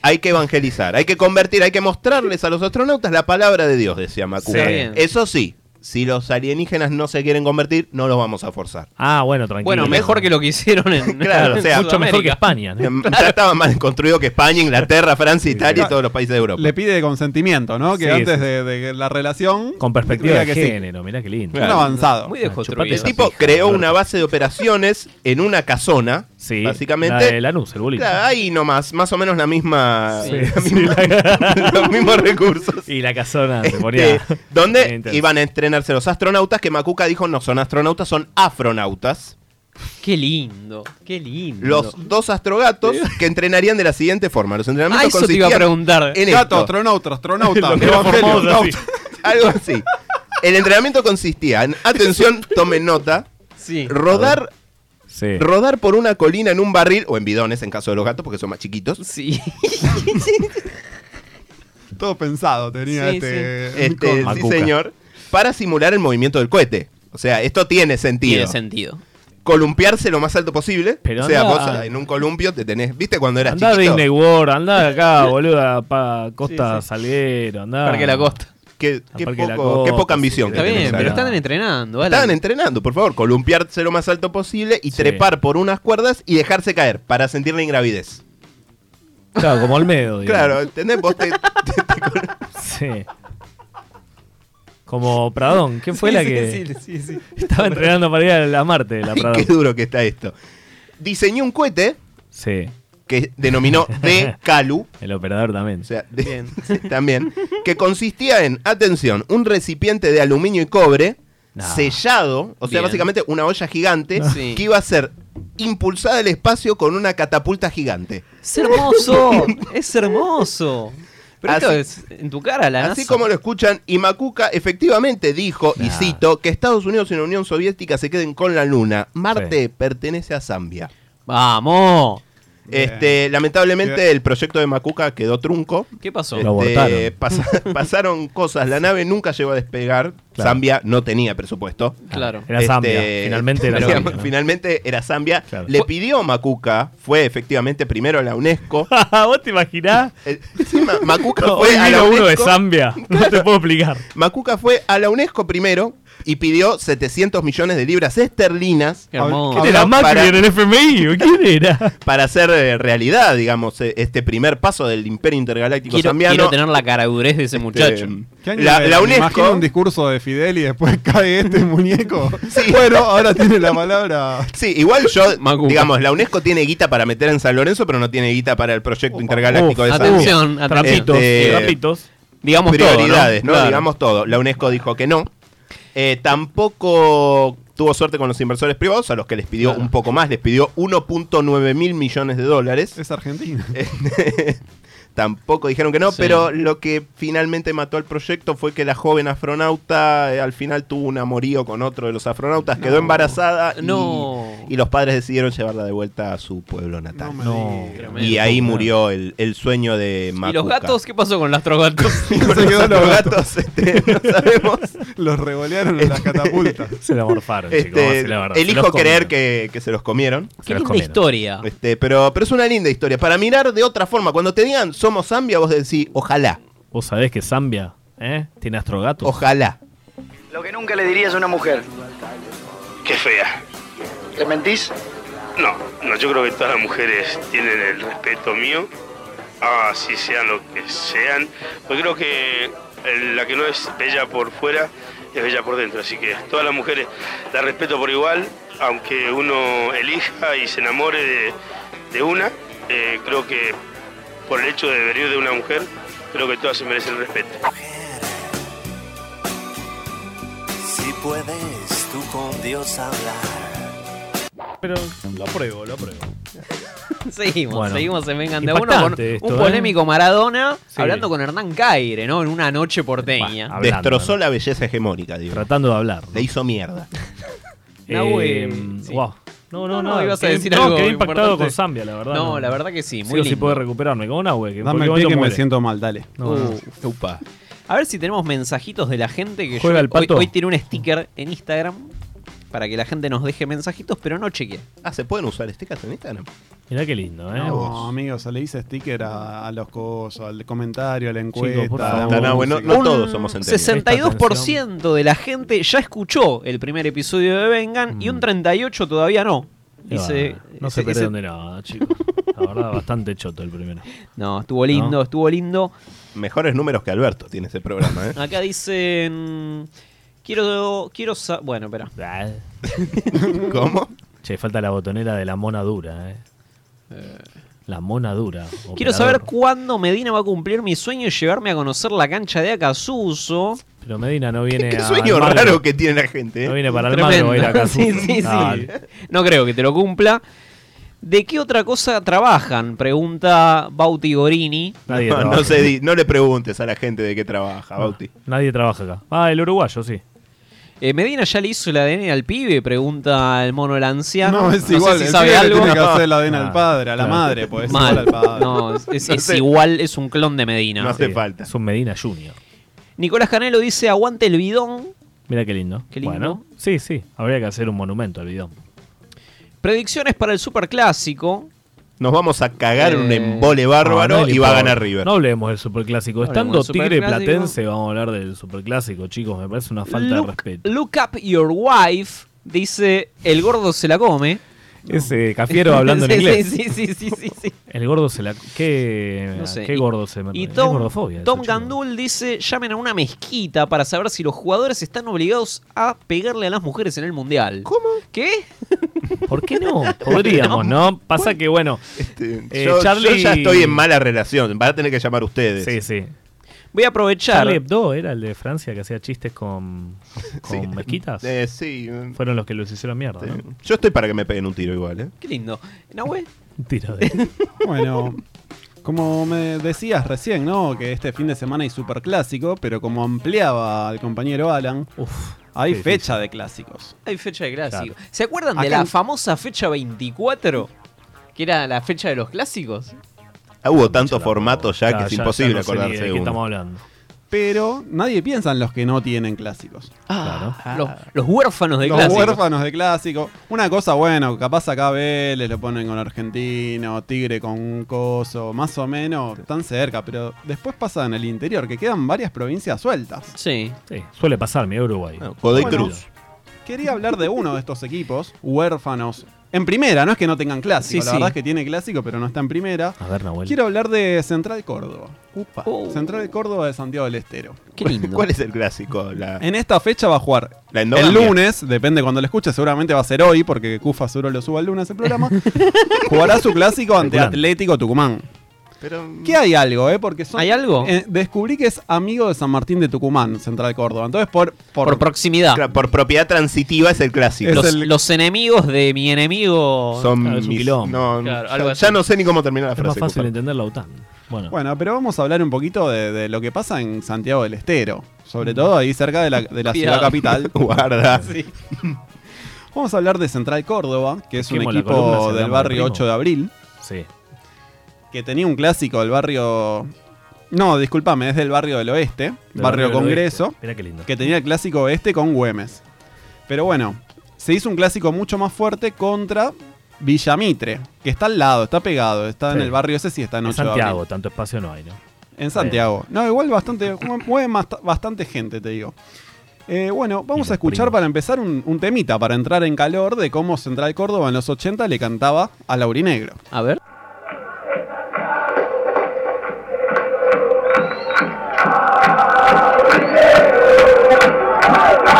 hay que evangelizar, hay que convertir, hay que mostrarles a los astronautas la palabra de Dios, decía Macuca. Sí. Bien. Eso sí, si los alienígenas no se quieren convertir, no los vamos a forzar. Ah, bueno, tranquilo. Bueno, mejor que lo que hicieron en Claro, o sea, en mucho mejor Sudamérica. que España. Ya estaba más construido que España, Inglaterra, Francia, Italia y todos los países de Europa. Le pide consentimiento, ¿no? Que Sí, antes sí. De, de la relación. Con perspectiva diga de que sí. género, mirá qué lindo. Un avanzado. Muy Chupate El esa tipo pija, creó Alberto. una base de operaciones en una casona, básicamente. La de Lanús, el bolito. Claro, ahí nomás, más o menos la misma, Sí, la sí, misma- la- los mismos recursos. Y la casona se Eh, ponía. donde Intenso. iban a entrenarse los astronautas, que Macuca dijo no son astronautas, son afronautas. Qué lindo, qué lindo. Los dos astrogatos que entrenarían de la siguiente forma. Los entrenamientos Ah, eso te iba a consistían preguntar. en Gato, esto. astronauta, astronauta, Lo que era evangelio, formoso, astronauta. sí. Algo así. El entrenamiento consistía en, atención, tomen nota, rodar, Sí. rodar por una colina en un barril, o en bidones en caso de los gatos, porque son más chiquitos. Sí. Todo pensado tenía Sí, este. Este, sí, Macuca. señor. Para simular el movimiento del cohete. O sea, esto tiene sentido. Tiene sentido. Columpiarse lo más alto posible. Pero o sea, anda- vos en un columpio te tenés. ¿Viste cuando eras Andá a chiquito? Disney World, andá acá, boludo, a pa- Costa Salguero, andá. Parque La Costa. Qué, qué Parque La poco- qué Costa, poca ambición sí. que Está bien, tenés pero acá. están entrenando. Alan. Estaban entrenando, por favor, columpiarse lo más alto posible y trepar por unas cuerdas y dejarse caer para sentir la ingravidez. Claro, como Olmedo. digamos. Claro, ¿entendés? Vos te- Sí. Como Pradón. ¿Quién fue Sí, la sí, que sí, sí, sí. estaba entrenando para ir a la Marte, la Ay, Pradón? qué duro que está esto. Diseñó un cohete Sí. que denominó de Calu. El operador también. O sea, de- sí, también. Que consistía en, atención, un recipiente de aluminio y cobre sellado, o sea, Bien. básicamente una olla gigante Sí. que iba a ser impulsada al espacio con una catapulta gigante. Es hermoso, es hermoso. Pero esto es en tu cara, la Así NASA. como lo escuchan, y Macuca efectivamente dijo, y Nah. cito, que Estados Unidos y la Unión Soviética se queden con la luna. Marte pertenece a Zambia. Vamos. Este, lamentablemente Bien. el proyecto de Macuca quedó trunco. ¿Qué pasó? Este, pasa- pasaron cosas. La nave nunca llegó a despegar. Claro. Zambia no tenía presupuesto. Claro. Era Zambia. Finalmente era pero- Zambia, ¿no? finalmente era Zambia. Le pidió Macuca, fue efectivamente primero a la UNESCO. Eh, ¿Vos te imaginás? Sí, Ma- Macuca No, fue hoy a la vino uno UNESCO. de Zambia. No te puedo explicar. Macuca fue a la UNESCO primero y pidió 700 millones de libras esterlinas. Qué hermoso. Pero ¿Quién era Macri para- en el FMI? ¿O ¿Quién era? Para hacer eh, realidad, digamos, eh, este primer paso del imperio intergaláctico Quiero, zambiano. quiero tener la caradurez de ese Este, muchacho. ¿Qué año La- era? la Me UNESCO- imagino un discurso de Fidel y después cae este muñeco. Bueno, ahora tiene la palabra. Sí, igual yo, digamos, la UNESCO tiene guita para meter en San Lorenzo, pero no tiene guita para el proyecto intergaláctico Uf, de San atención, atención. Trapitos, Este, Digamos todo, ¿no? prioridades, ¿no? Claro. Digamos todo. La UNESCO dijo que no. Eh, tampoco tuvo suerte con los inversores privados, a los que les pidió un poco más, les pidió 1.9 mil millones de dólares. Eh, Es Argentina. Tampoco dijeron que no, Sí. pero lo que finalmente mató al proyecto fue que la joven astronauta eh, al final tuvo un amorío con otro de los astronautas, quedó embarazada y- No. y los padres decidieron llevarla de vuelta a su pueblo natal. Y Tremendo. ahí murió el, el sueño de ¿Y Macuca. los gatos? ¿Qué pasó con los astrogatos? Se quedó los gatos, este, no sabemos. Los revolearon en las catapultas. Se la morfaron, Este, chicos. vamos a decir la verdad. Se elijo los comieron. creer que, que se los comieron. Se los linda comieron. historia. Este, pero, pero es una linda historia. Para mirar de otra forma, cuando te digan somos Zambia, vos decís ojalá, Vos sabés que Zambia, ¿eh? Tiene astrogatos. ojalá. Lo que nunca le dirías a una mujer. Qué fea. ¿Le mentís? No, no, yo creo que todas las mujeres tienen el respeto mío, Ah, así Pues eh, sean lo que sean. Yo creo que el- la que no es bella por fuera es bella por dentro, así que todas las mujeres las respeto por igual, aunque uno elija y se enamore de, de una, eh, creo que por el hecho de venir de una mujer, creo que todas se merecen respeto. Si puedes tú con Dios hablar. Oh, Pero lo apruebo, lo apruebo. Seguimos, Bueno. seguimos en Vengan de a Uno con Impactante esto, un ¿eh? polémico Maradona Sí. hablando con Hernán Caire, ¿no? En una noche porteña. Destrozó la belleza hegemónica, digo. Tratando de hablar. Le hizo mierda. Eh, Nahue, sí. wow. Mm, No, no, no. ibas a quedé- decir no, algo quedé impactado importante. con Zambia, la verdad. No, la verdad que sí, muy o sí lindo. puede recuperarme con una güey. Dame el pie que me siento mal, dale. No, no. Upa. A ver si tenemos mensajitos de la gente que Juega yo- el pato. Hoy, hoy tiene un sticker en Instagram para que la gente nos deje mensajitos, pero no chequee. Ah, ¿se pueden usar stickers en Instagram? Mirá qué lindo, ¿eh? No, Vos. amigo, se le dice sticker a, a los cosos, al comentario, a la Chicos, encuesta. por a la favor. música. Tanahue, Ah, no- no Un todos somos 62% de la gente ya escuchó el primer episodio de Vengan y un 38% todavía no. Qué Dice- bárbaro. Mm. no se dice- perdió dice- de nada, chicos. La verdad, bastante choto el primero. No, estuvo lindo, estuvo lindo. Mejores números que Alberto tiene ese programa, ¿eh? Acá dicen. Quiero. Quiero. sa- Bueno, espera. Ah, ¿Cómo? Che, falta la botonera de la mona dura, ¿eh? La mona dura. Quiero operador. saber cuándo Medina va a cumplir mi sueño y llevarme a conocer la cancha de Acasuso. Pero Medina no viene Qué- qué a sueño Almagro. raro que tiene la gente, ¿eh? No viene para Almagro, Tremendo. va a ir acá. Sí, sí, sí. Dale. No creo que te lo cumpla. ¿De qué otra cosa trabajan? Pregunta Bauti Gorini. no, no se di- no le preguntes a la gente de qué trabaja, Bauti. Nadie trabaja acá. Ah, el uruguayo, sí. Eh, Medina ya le hizo el ADN al pibe, pregunta el mono el anciano. No, es igual, el pibe le tiene que Ah, hacer el ADN al padre, a la madre, pues, es Mal. igual al padre. No, es, es- No es sé. igual, es un clon de Medina. No hace Sí, falta. Es un Medina Junior. Nicolás Canelo dice, aguante el bidón. Mira qué lindo. Qué lindo. Bueno, sí, sí. Habría que hacer un monumento al bidón. Predicciones para el superclásico. Nos vamos a cagar en un Eh, embole bárbaro y va a ganar River. No hablemos del superclásico. No Estando hablemos del Tigre superclásico. Platense, vamos a hablar del superclásico, chicos. Me parece una falta de Look, respeto. look up your wife, dice, el gordo se la come. Ese cafiero hablando en Sí, inglés. Sí, sí, sí, sí, sí, sí. El gordo se la. ¿Qué, No sé. qué Y- gordo se me Y es Tom, gordofobia eso, Tom chico. Gandul dice, llamen a una mezquita para saber si los jugadores están obligados a pegarle a las mujeres en el Mundial. ¿Cómo? ¿Qué? ¿Por qué no? Podríamos, ¿no? Pasa que, bueno. este, eh, yo, Charlie. yo ya estoy en mala relación. Van a tener que llamar ustedes. Sí, sí. Voy a aprovechar. Charlie Hebdo era el de Francia que hacía chistes con, con mezquitas. Eh, sí. eh. Fueron los que los hicieron mierda. Sí. ¿no? Yo estoy para que me peguen un tiro igual, ¿eh? Qué lindo. Nahue, Un tiro de. Bueno, como me decías recién, ¿no? Que este fin de semana hay superclásico, pero como ampliaba al compañero Alan, hay qué difícil. fecha de clásicos. hay fecha de clásico. Claro. ¿Se acuerdan de Acá la en- famosa fecha 24? Que era la fecha de los clásicos. Ah, hubo tantos formatos ya Ah, que Claro, es ya- ya imposible no sé ni de acordarse de qué uno. estamos hablando. Pero nadie piensa en los que no tienen clásicos. Los, Ah, los huérfanos de Los clásicos. huérfanos de clásico. Una cosa, bueno, capaz acá Vélez lo ponen con Argentino, Tigre con un coso, más o menos, tan cerca, pero después pasa en el interior, que quedan varias provincias sueltas. Sí. Sí, suele pasar, mi Uruguay. Godoy Bueno, Cruz. Quería hablar de uno de estos equipos, huérfanos. En primera, no es que no tengan clásico, Sí, la sí. verdad es que tiene clásico, pero no está en primera. A ver, Nahuel. Quiero hablar de Central Córdoba. Upa. Central Córdoba de Santiago del Estero. Qué lindo. ¿Cuál es el clásico? La- En esta fecha va a jugar La endogamia. el lunes, depende cuando lo escuche, seguramente va a ser hoy, porque Cufa seguro lo suba el lunes el programa. jugará su clásico ante Calculando. Atlético Tucumán. Pero, Que hay algo, ¿eh? Porque son, ¿Hay algo? eh, descubrí que es amigo de San Martín de Tucumán, Central Córdoba. Entonces, por, por, proximidad. Claro, Por propiedad transitiva es el clásico. Los, los enemigos de mi enemigo. Son mis- No, Claro, ya- algo ya, así. no sé ni cómo terminar la Es frase. más fácil compadre. entender la OTAN. Bueno. Bueno, pero vamos a hablar un poquito de, de lo que pasa en Santiago del Estero. Sobre todo ahí cerca de la, de la Cuidado. ciudad capital. Guarda. Sí. Vamos a hablar de Central Córdoba, que es un Dejemos la columna, equipo se del llama barrio el primo. 8 de abril, Sí. que tenía un clásico del barrio... No, discúlpame, es del barrio del oeste, Del barrio barrio, del Congreso, oeste. Mirá qué lindo. que tenía el clásico oeste con Güemes. Pero bueno, se hizo un clásico mucho más fuerte contra Villamitre, que está al lado, está pegado, está en Sí. el barrio ese sí está en En 8 de abril. Santiago, tanto espacio no hay, ¿no? En Santiago. No, igual bastante, mueven bast- bastante gente, te digo. Eh, bueno, vamos a escuchar para empezar un, un temita, para entrar en calor de cómo Central Córdoba en los 80 le cantaba a Laurinegro. A ver. Vamos,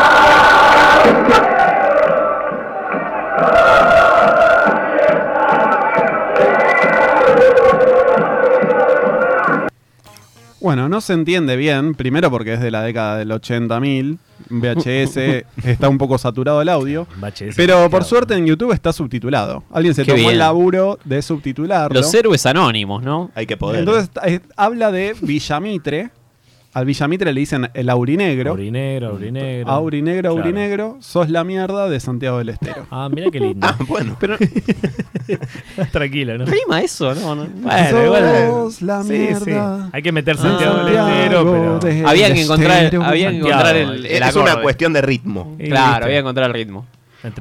Bueno, no se entiende bien, primero porque es de la década del 80.000, VHS está un poco saturado el audio, pero por suerte en YouTube está subtitulado. Alguien se Qué tomó bien. el laburo de subtitularlo. Los héroes anónimos, ¿no? Hay que Entonces eh, habla de Villamitre. Al Villamitre le dicen el aurinegro. Aurinegro, aurinegro. Aurinegro, Claro. aurinegro. Sos la mierda de Santiago del Estero. Ah, mira qué lindo. ah, bueno. Pero Tranquilo, ¿no? Rima eso, ¿no? No. Bueno, igual. Sos la Sí, mierda. sí. Hay que meter Santiago del Estero, pero- del Había que encontrar, Estero. había que encontrar el, el Es acorde. una cuestión de ritmo. Claro, Y Eh, listo. había que encontrar el ritmo.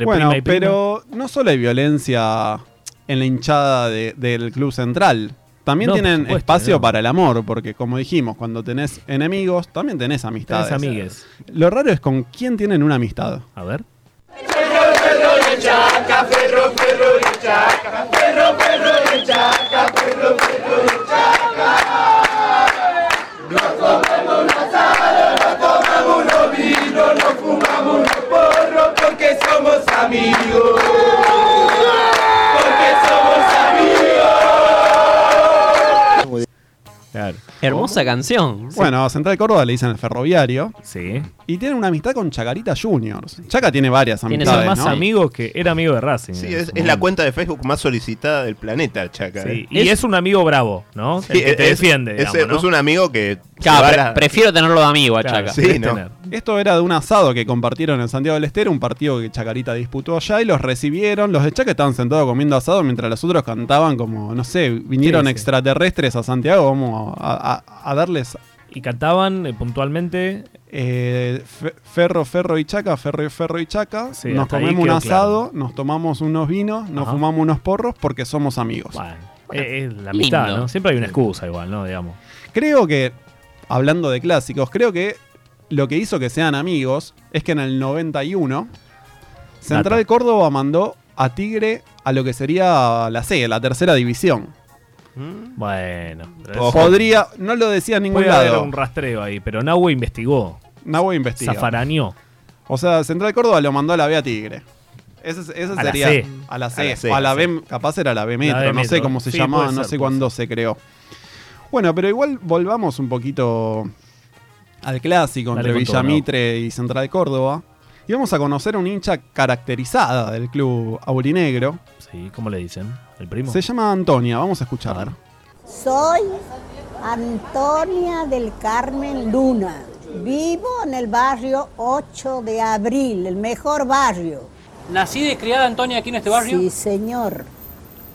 bueno, pero no solo hay violencia en la hinchada de- del club central. También No, por tienen supuesto, espacio no. para el amor, porque como dijimos, cuando tenés enemigos, también tenés amistades. amigues. Lo raro es con quién tienen una amistad. A ver. Porque somos amigos. Porque somos amigos. Hermosa canción. Bueno, a Central Córdoba le dicen el ferroviario. Sí. Y tienen una amistad con Chacarita Juniors. Chaca tiene varias Tiene amistades. más ¿no? amigos que era amigo de Racing. Sí, en es, su es la momento. cuenta de Facebook más solicitada del planeta, el Chaca. Sí, ¿eh? Y es, un amigo bravo, ¿no? Sí, el que te es- defiende. es- digamos, es ¿no? un amigo que. Claro, se va a pre- la- prefiero tenerlo de amigo a Claro, Chaca. sí, ¿no? Tener. Esto era de un asado que compartieron en Santiago del Estero, un partido que Chacarita disputó allá y los recibieron. Los de Chaca estaban sentados comiendo asado mientras los otros cantaban como, no sé, vinieron Sí, sí. extraterrestres a Santiago, vamos a, a- a darles... Y cantaban eh, puntualmente... Eh, ferro, ferro y chaca, ferro, y ferro y chaca. Sí, nos hasta ahí comemos un quedó asado, nos tomamos unos vinos, nos Ajá. fumamos unos porros porque somos amigos. Eh, es la amistad, Lindo. ¿no? Siempre hay una excusa igual, ¿no? Digamos. Creo que, hablando de clásicos, creo que lo que hizo que sean amigos es que en el 91 Central Córdoba mandó a Tigre a lo que sería la C, la tercera división. Mm. Bueno. pero eso- Podría, no lo decía en ningún Puede haber lado. un rastreo ahí, pero Nahue investigó. Nahue investiga. Zafaraneó. O sea, Central Córdoba lo mandó a la B a Tigre. Ese, es- ese A la sería C. a la C, A la C, o a la a la B, capaz era la B Metro, La B no sé Metro. cómo se Sí, llamaba, puede no ser, sé puede cuándo se creó. Bueno, pero igual volvamos un poquito al clásico Dale entre con todo, Lau. Villamitre y Central Córdoba. Y vamos a conocer a un hincha caracterizada del club aurinegro. Sí, ¿cómo le dicen? ¿El primo? Se llama Antonia, vamos a escucharla. Soy Antonia del Carmen Luna. Vivo en el barrio 8 de Abril, el mejor barrio. ¿Nacida y criada Antonia aquí en este barrio? Sí, señor.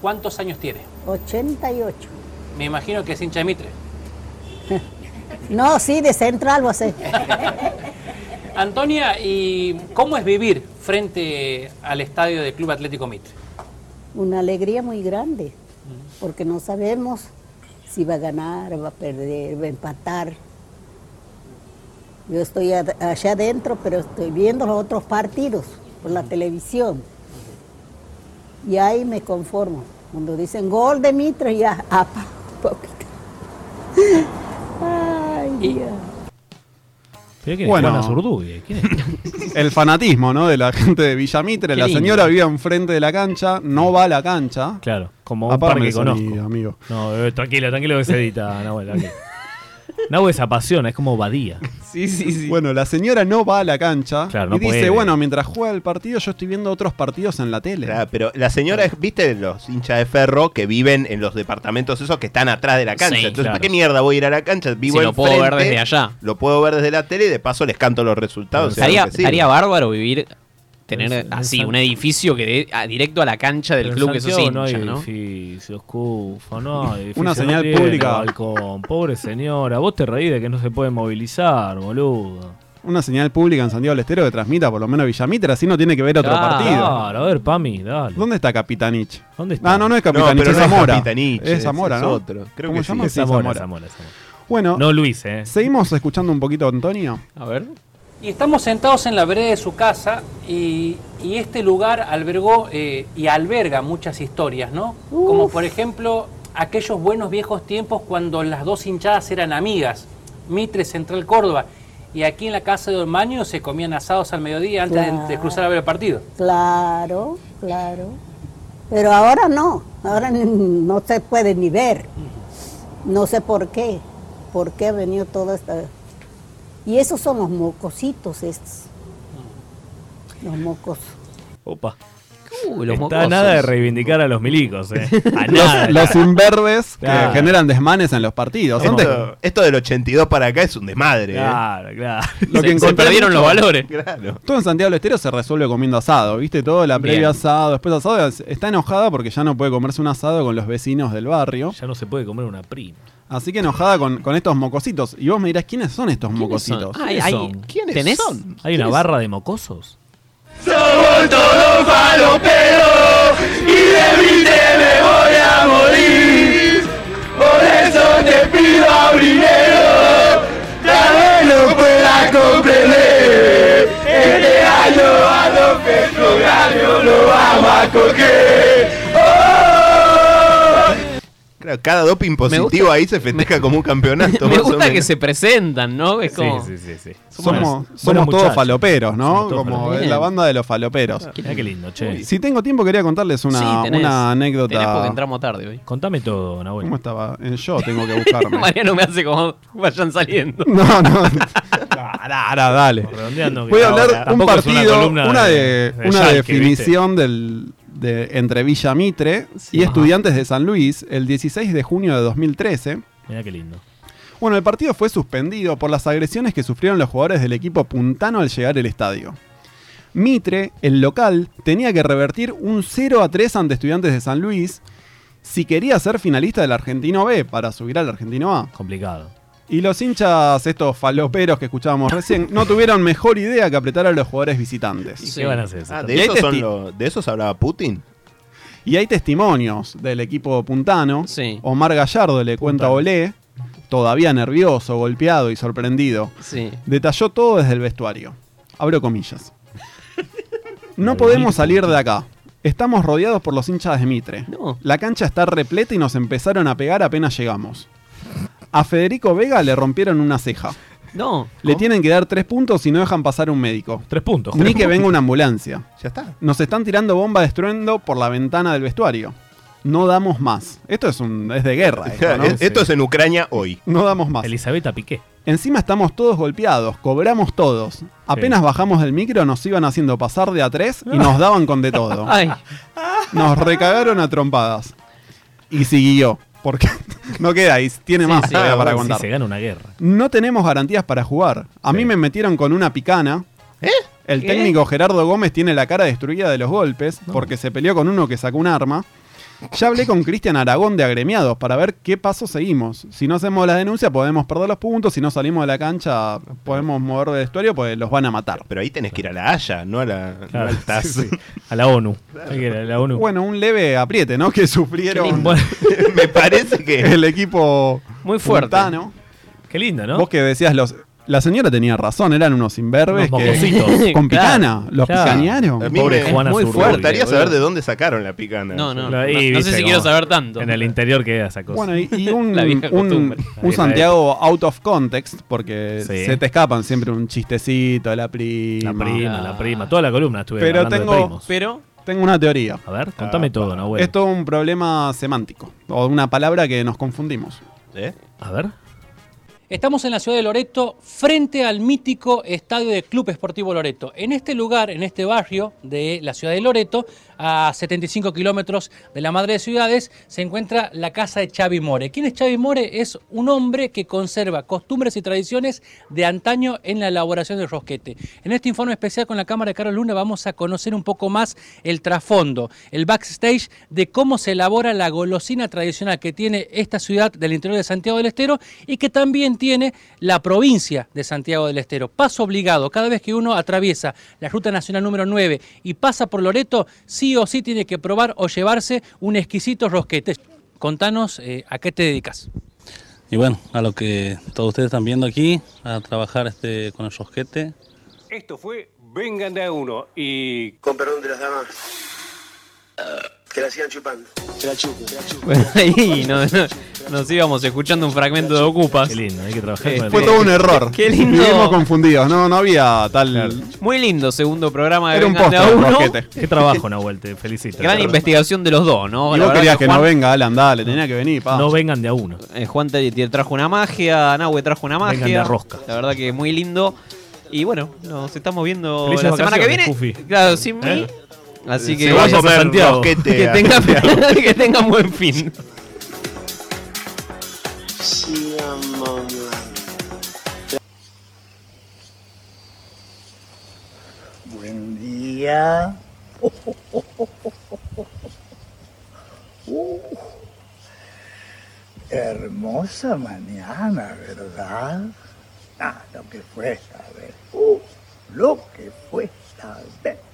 ¿Cuántos años tiene? 88. Me imagino que es hincha de Mitre. No, sí, de Central vos sé. Antonia, ¿y cómo es vivir frente al estadio del Club Atlético Mitre? Una alegría muy grande, porque no sabemos si va a ganar, va a perder, va a empatar. Yo estoy ad- allá adentro, pero estoy viendo los otros partidos por la televisión. Y ahí me conformo. Cuando dicen gol de Mitre, ya apa, un poquito. Ay, Dios. ¿Quién es? Juana Zurduy, ¿quién el fanatismo, ¿no? De la gente de Villamitre. Qué la lindo. señora vive enfrente de la cancha, no va a la cancha. Claro, como un Apágame par que el sonido, conozco. amigo. No, eh, tranquilo, tranquilo que se edita, Nahuel. tranquilo. Nahuel se apasiona, es como Badía. Sí, sí, sí. Bueno, la señora no va a la cancha Claro, no y dice, puede. bueno, mientras juega el partido yo estoy viendo otros partidos en la tele. Claro, pero la señora es, viste, los hinchas de ferro que viven en los departamentos esos que están atrás de la cancha. Sí, Entonces, claro. ¿para qué mierda voy a ir a la cancha? Vivo Si lo puedo enfrente, ver desde allá. Lo puedo ver desde la tele y de paso les canto los resultados. y a ver Estaría, qué sirve. estaría bárbaro vivir, tener Pero en- en así San- un edificio que dé a- directo a la cancha del Pero club en que sos Santiago no hay hincha, ¿no? edificios, cufa, no hay edificios, Una no señal tiene pública. balcón. Pobre señora, vos te reís de que no se puede movilizar, boludo. Una señal pública en Santiago del Estero que transmita por lo menos Villamitre, así no tiene que ver otro Claro, partido. Claro, a ver, Pami, dale. ¿Dónde está Capitanich? ¿Dónde está? Ah, no, no es Capitanich, No, pero es no es Zamora. Capitanich, es ese Zamora, es ¿no? otro. Creo ¿Cómo que se llama? sí, es Sí, Zamora, Zamora. Zamora, Zamora. Bueno, No Luis, ¿eh? Seguimos escuchando un poquito a Antonio. A ver. Y estamos sentados en la vereda de su casa y, y este lugar albergó eh, y alberga muchas historias, ¿no? Como Uf. por ejemplo aquellos buenos viejos tiempos cuando las dos hinchadas eran amigas, Mitre Central Córdoba. Y aquí en la casa de Ormaño se comían asados al mediodía antes de- de, Claro. cruzar a ver el partido. Claro, claro. Pero ahora no, ahora n- no se puede ni ver. No sé por qué, por qué ha venido toda esta... Y esos son los mocositos estos. Los mocos. Opa. los Está mocosos. nada de reivindicar a los milicos, eh. A nada. Los, los imberbes que Claro. generan desmanes en los partidos. Son de- Esto, esto del 82 para acá es un desmadre. ¿eh? Claro, claro. Lo que encontré mucho- Claro. Todo en Santiago del Estero se resuelve comiendo asado, ¿viste? Todo la previa Bien. asado, después asado. es- Está enojada porque ya no puede comerse un asado con los vecinos del barrio. Ya no se puede comer una prima. Así que enojada con, con estos mocositos. Y vos me dirás, ¿quiénes son estos mocositos? son? Ay, ay, ¿quiénes ¿Tenés? son? ¿Hay una ¿Quiénes barra son? de mocosos? Somos todos faloperos y de mí te me voy a morir. Por eso te pido abrilero, tal vez no puedas comprender. Este año a los petrograrios lo vamos a coger. Oh. Claro, cada doping positivo ahí se festeja como un campeonato. Me más o gusta que menos. se presentan, ¿no? Es Sí, como... sí, Somos, buenos somos todos muchachos. faloperos, ¿no? Somos todos Como faloperos. la banda de los faloperos. Mirá qué lindo, che. Si tengo tiempo, quería contarles una, Sí, tenés. una Tenés porque anécdota. entramos tarde hoy. Contame todo, Nahuel. ¿Cómo estaba? En yo tengo que buscarme. Mariano me hace como vayan saliendo. No, no. Ahora, ahora, dale. Redondeando que Voy a ahora hablar un tampoco es una partido, columna una, de, de una Schalke, definición del, de, entre Villa Mitre y Ajá. Estudiantes de San Luis el 16 de junio de 2013. Mirá qué lindo. Bueno, el partido fue suspendido por las agresiones que sufrieron los jugadores del equipo puntano al llegar al estadio. Mitre, el local, tenía que revertir un 0 a 3 ante Estudiantes de San Luis si quería ser finalista del Argentino B para subir al Argentino A. Complicado. Y los hinchas, estos faloperos que escuchábamos recién, no tuvieron mejor idea que apretar a los jugadores visitantes. ¿Y qué van a hacer? Ah, Y ¿de, hay esos son testi- los- ¿De esos hablaba Putin? Y hay testimonios del equipo puntano. Omar Gallardo le cuenta a Olé, todavía nervioso, golpeado y sorprendido. Sí. Detalló todo desde el vestuario. Abro comillas. No podemos salir de acá. Estamos rodeados por los hinchas de Mitre. La cancha está repleta y nos empezaron a pegar apenas llegamos. A Federico Vega le rompieron una ceja. No. Le tienen que dar tres puntos si no dejan pasar un médico. Tres puntos. Ni Tres que puntos. venga una ambulancia. Ya está. Nos están tirando bomba de estruendo por la ventana del vestuario. No damos más. Esto es un es de guerra. Esto, ¿no? Es- esto es en Ucrania hoy. No damos más. Elizabeth Piqué. Encima estamos todos golpeados, cobramos todos. Apenas bajamos del micro nos iban haciendo pasar de a tres y nos daban con de todo. Ay. Nos recagaron a trompadas. Y siguió. Porque no queda ahí, tiene Sí, más sí. todavía para Sí, contar. se gana una guerra. No tenemos garantías para jugar. A mí me metieron con una picana. ¿Eh? El ¿Qué? técnico Gerardo Gómez tiene la cara destruida de los golpes porque se peleó con uno que sacó un arma. Ya hablé con Cristian Aragón de agremiados para ver qué paso seguimos. Si no hacemos la denuncia podemos perder los puntos, si no salimos de la cancha podemos mover de vestuario pues los van a matar. Pero ahí tenés que ir a la Haya, no a la, no Claro, al TAS. sí, sí. A la ONU. Hay que ir a la ONU. Bueno, un leve apriete, ¿no? Que sufrieron Me parece que el equipo Muy fuerte. puntano. Qué lindo, ¿no? Vos que decías los. La señora tenía razón, eran unos imberbes Unos que mocositos. con picana, Claro, los claro. picanearon. A mí Pobre me, Juana muy Zurduy, fuerte. Me gustaría saber boludo. de dónde sacaron la picana. No, no. Ahí, no sé viste si cómo- quiero saber tanto. En el interior queda esa cosa. Bueno, y, y un, La vieja un- costumbre. un La Santiago out of context, porque Sí. se te escapan siempre un chistecito, la prima. Ah. La prima, la prima. Toda la columna estuve Pero hablando de tengo, primos. pero tengo una teoría. Ah, A ver, contame todo, Nahuel. Es todo un problema semántico, o una palabra que nos confundimos. A ver. Estamos en la ciudad de Loreto, frente al mítico estadio de Club Esportivo Loreto. En este lugar, en este barrio de la ciudad de Loreto, a 75 kilómetros de la madre de ciudades, se encuentra la casa de Xavi More. ¿Quién es Xavi More? Es un hombre que conserva costumbres y tradiciones de antaño en la elaboración del rosquete. En este informe especial con la cámara de Carlos Luna vamos a conocer un poco más el trasfondo, el backstage de cómo se elabora la golosina tradicional que tiene esta ciudad del interior de Santiago del Estero y que también tiene la provincia de Santiago del Estero. Paso obligado, cada vez que uno atraviesa la Ruta Nacional número 9 y pasa por Loreto, sí o sí tiene que probar o llevarse un exquisito rosquete. Contanos eh, a qué te dedicas. Y bueno, a lo que todos ustedes están viendo aquí, a trabajar este con el rosquete. Esto fue Vengan de a uno y... Con perdón de las damas. Te la sigan chupando. Te la chupo, te la chupo. Bueno, ahí no- no- nos íbamos escuchando un fragmento de Ocupas. Qué lindo, hay que trabajar Fue todo un error. Qué lindo. Vivimos confundidos. No, no había tal. Muy lindo segundo programa de Era un Vengan de a postre, Uno. Roquete. Qué trabajo, Nahuel, te felicito. Gran investigación de los dos, ¿no? Y La vos verdad querías que, Juan- no venga, Alan, dale, tenía que venir. Pa. No vengan de a uno. Eh, Juan te- te trajo una magia, Nahue trajo una magia. Vengan de a rosca. La verdad que muy lindo. Y bueno, nos estamos viendo Felices la semana que viene. vacaciones, Claro, sin ¿Eh? mí. Así que, Se va a comer Santiago. rosquete que, a tengan, Santiago. que tengan buen fin. Sí, amor. Buen día. Uh, hermosa mañana, ¿verdad? Ah, lo que fue esta vez. Uh, lo que fue esta vez.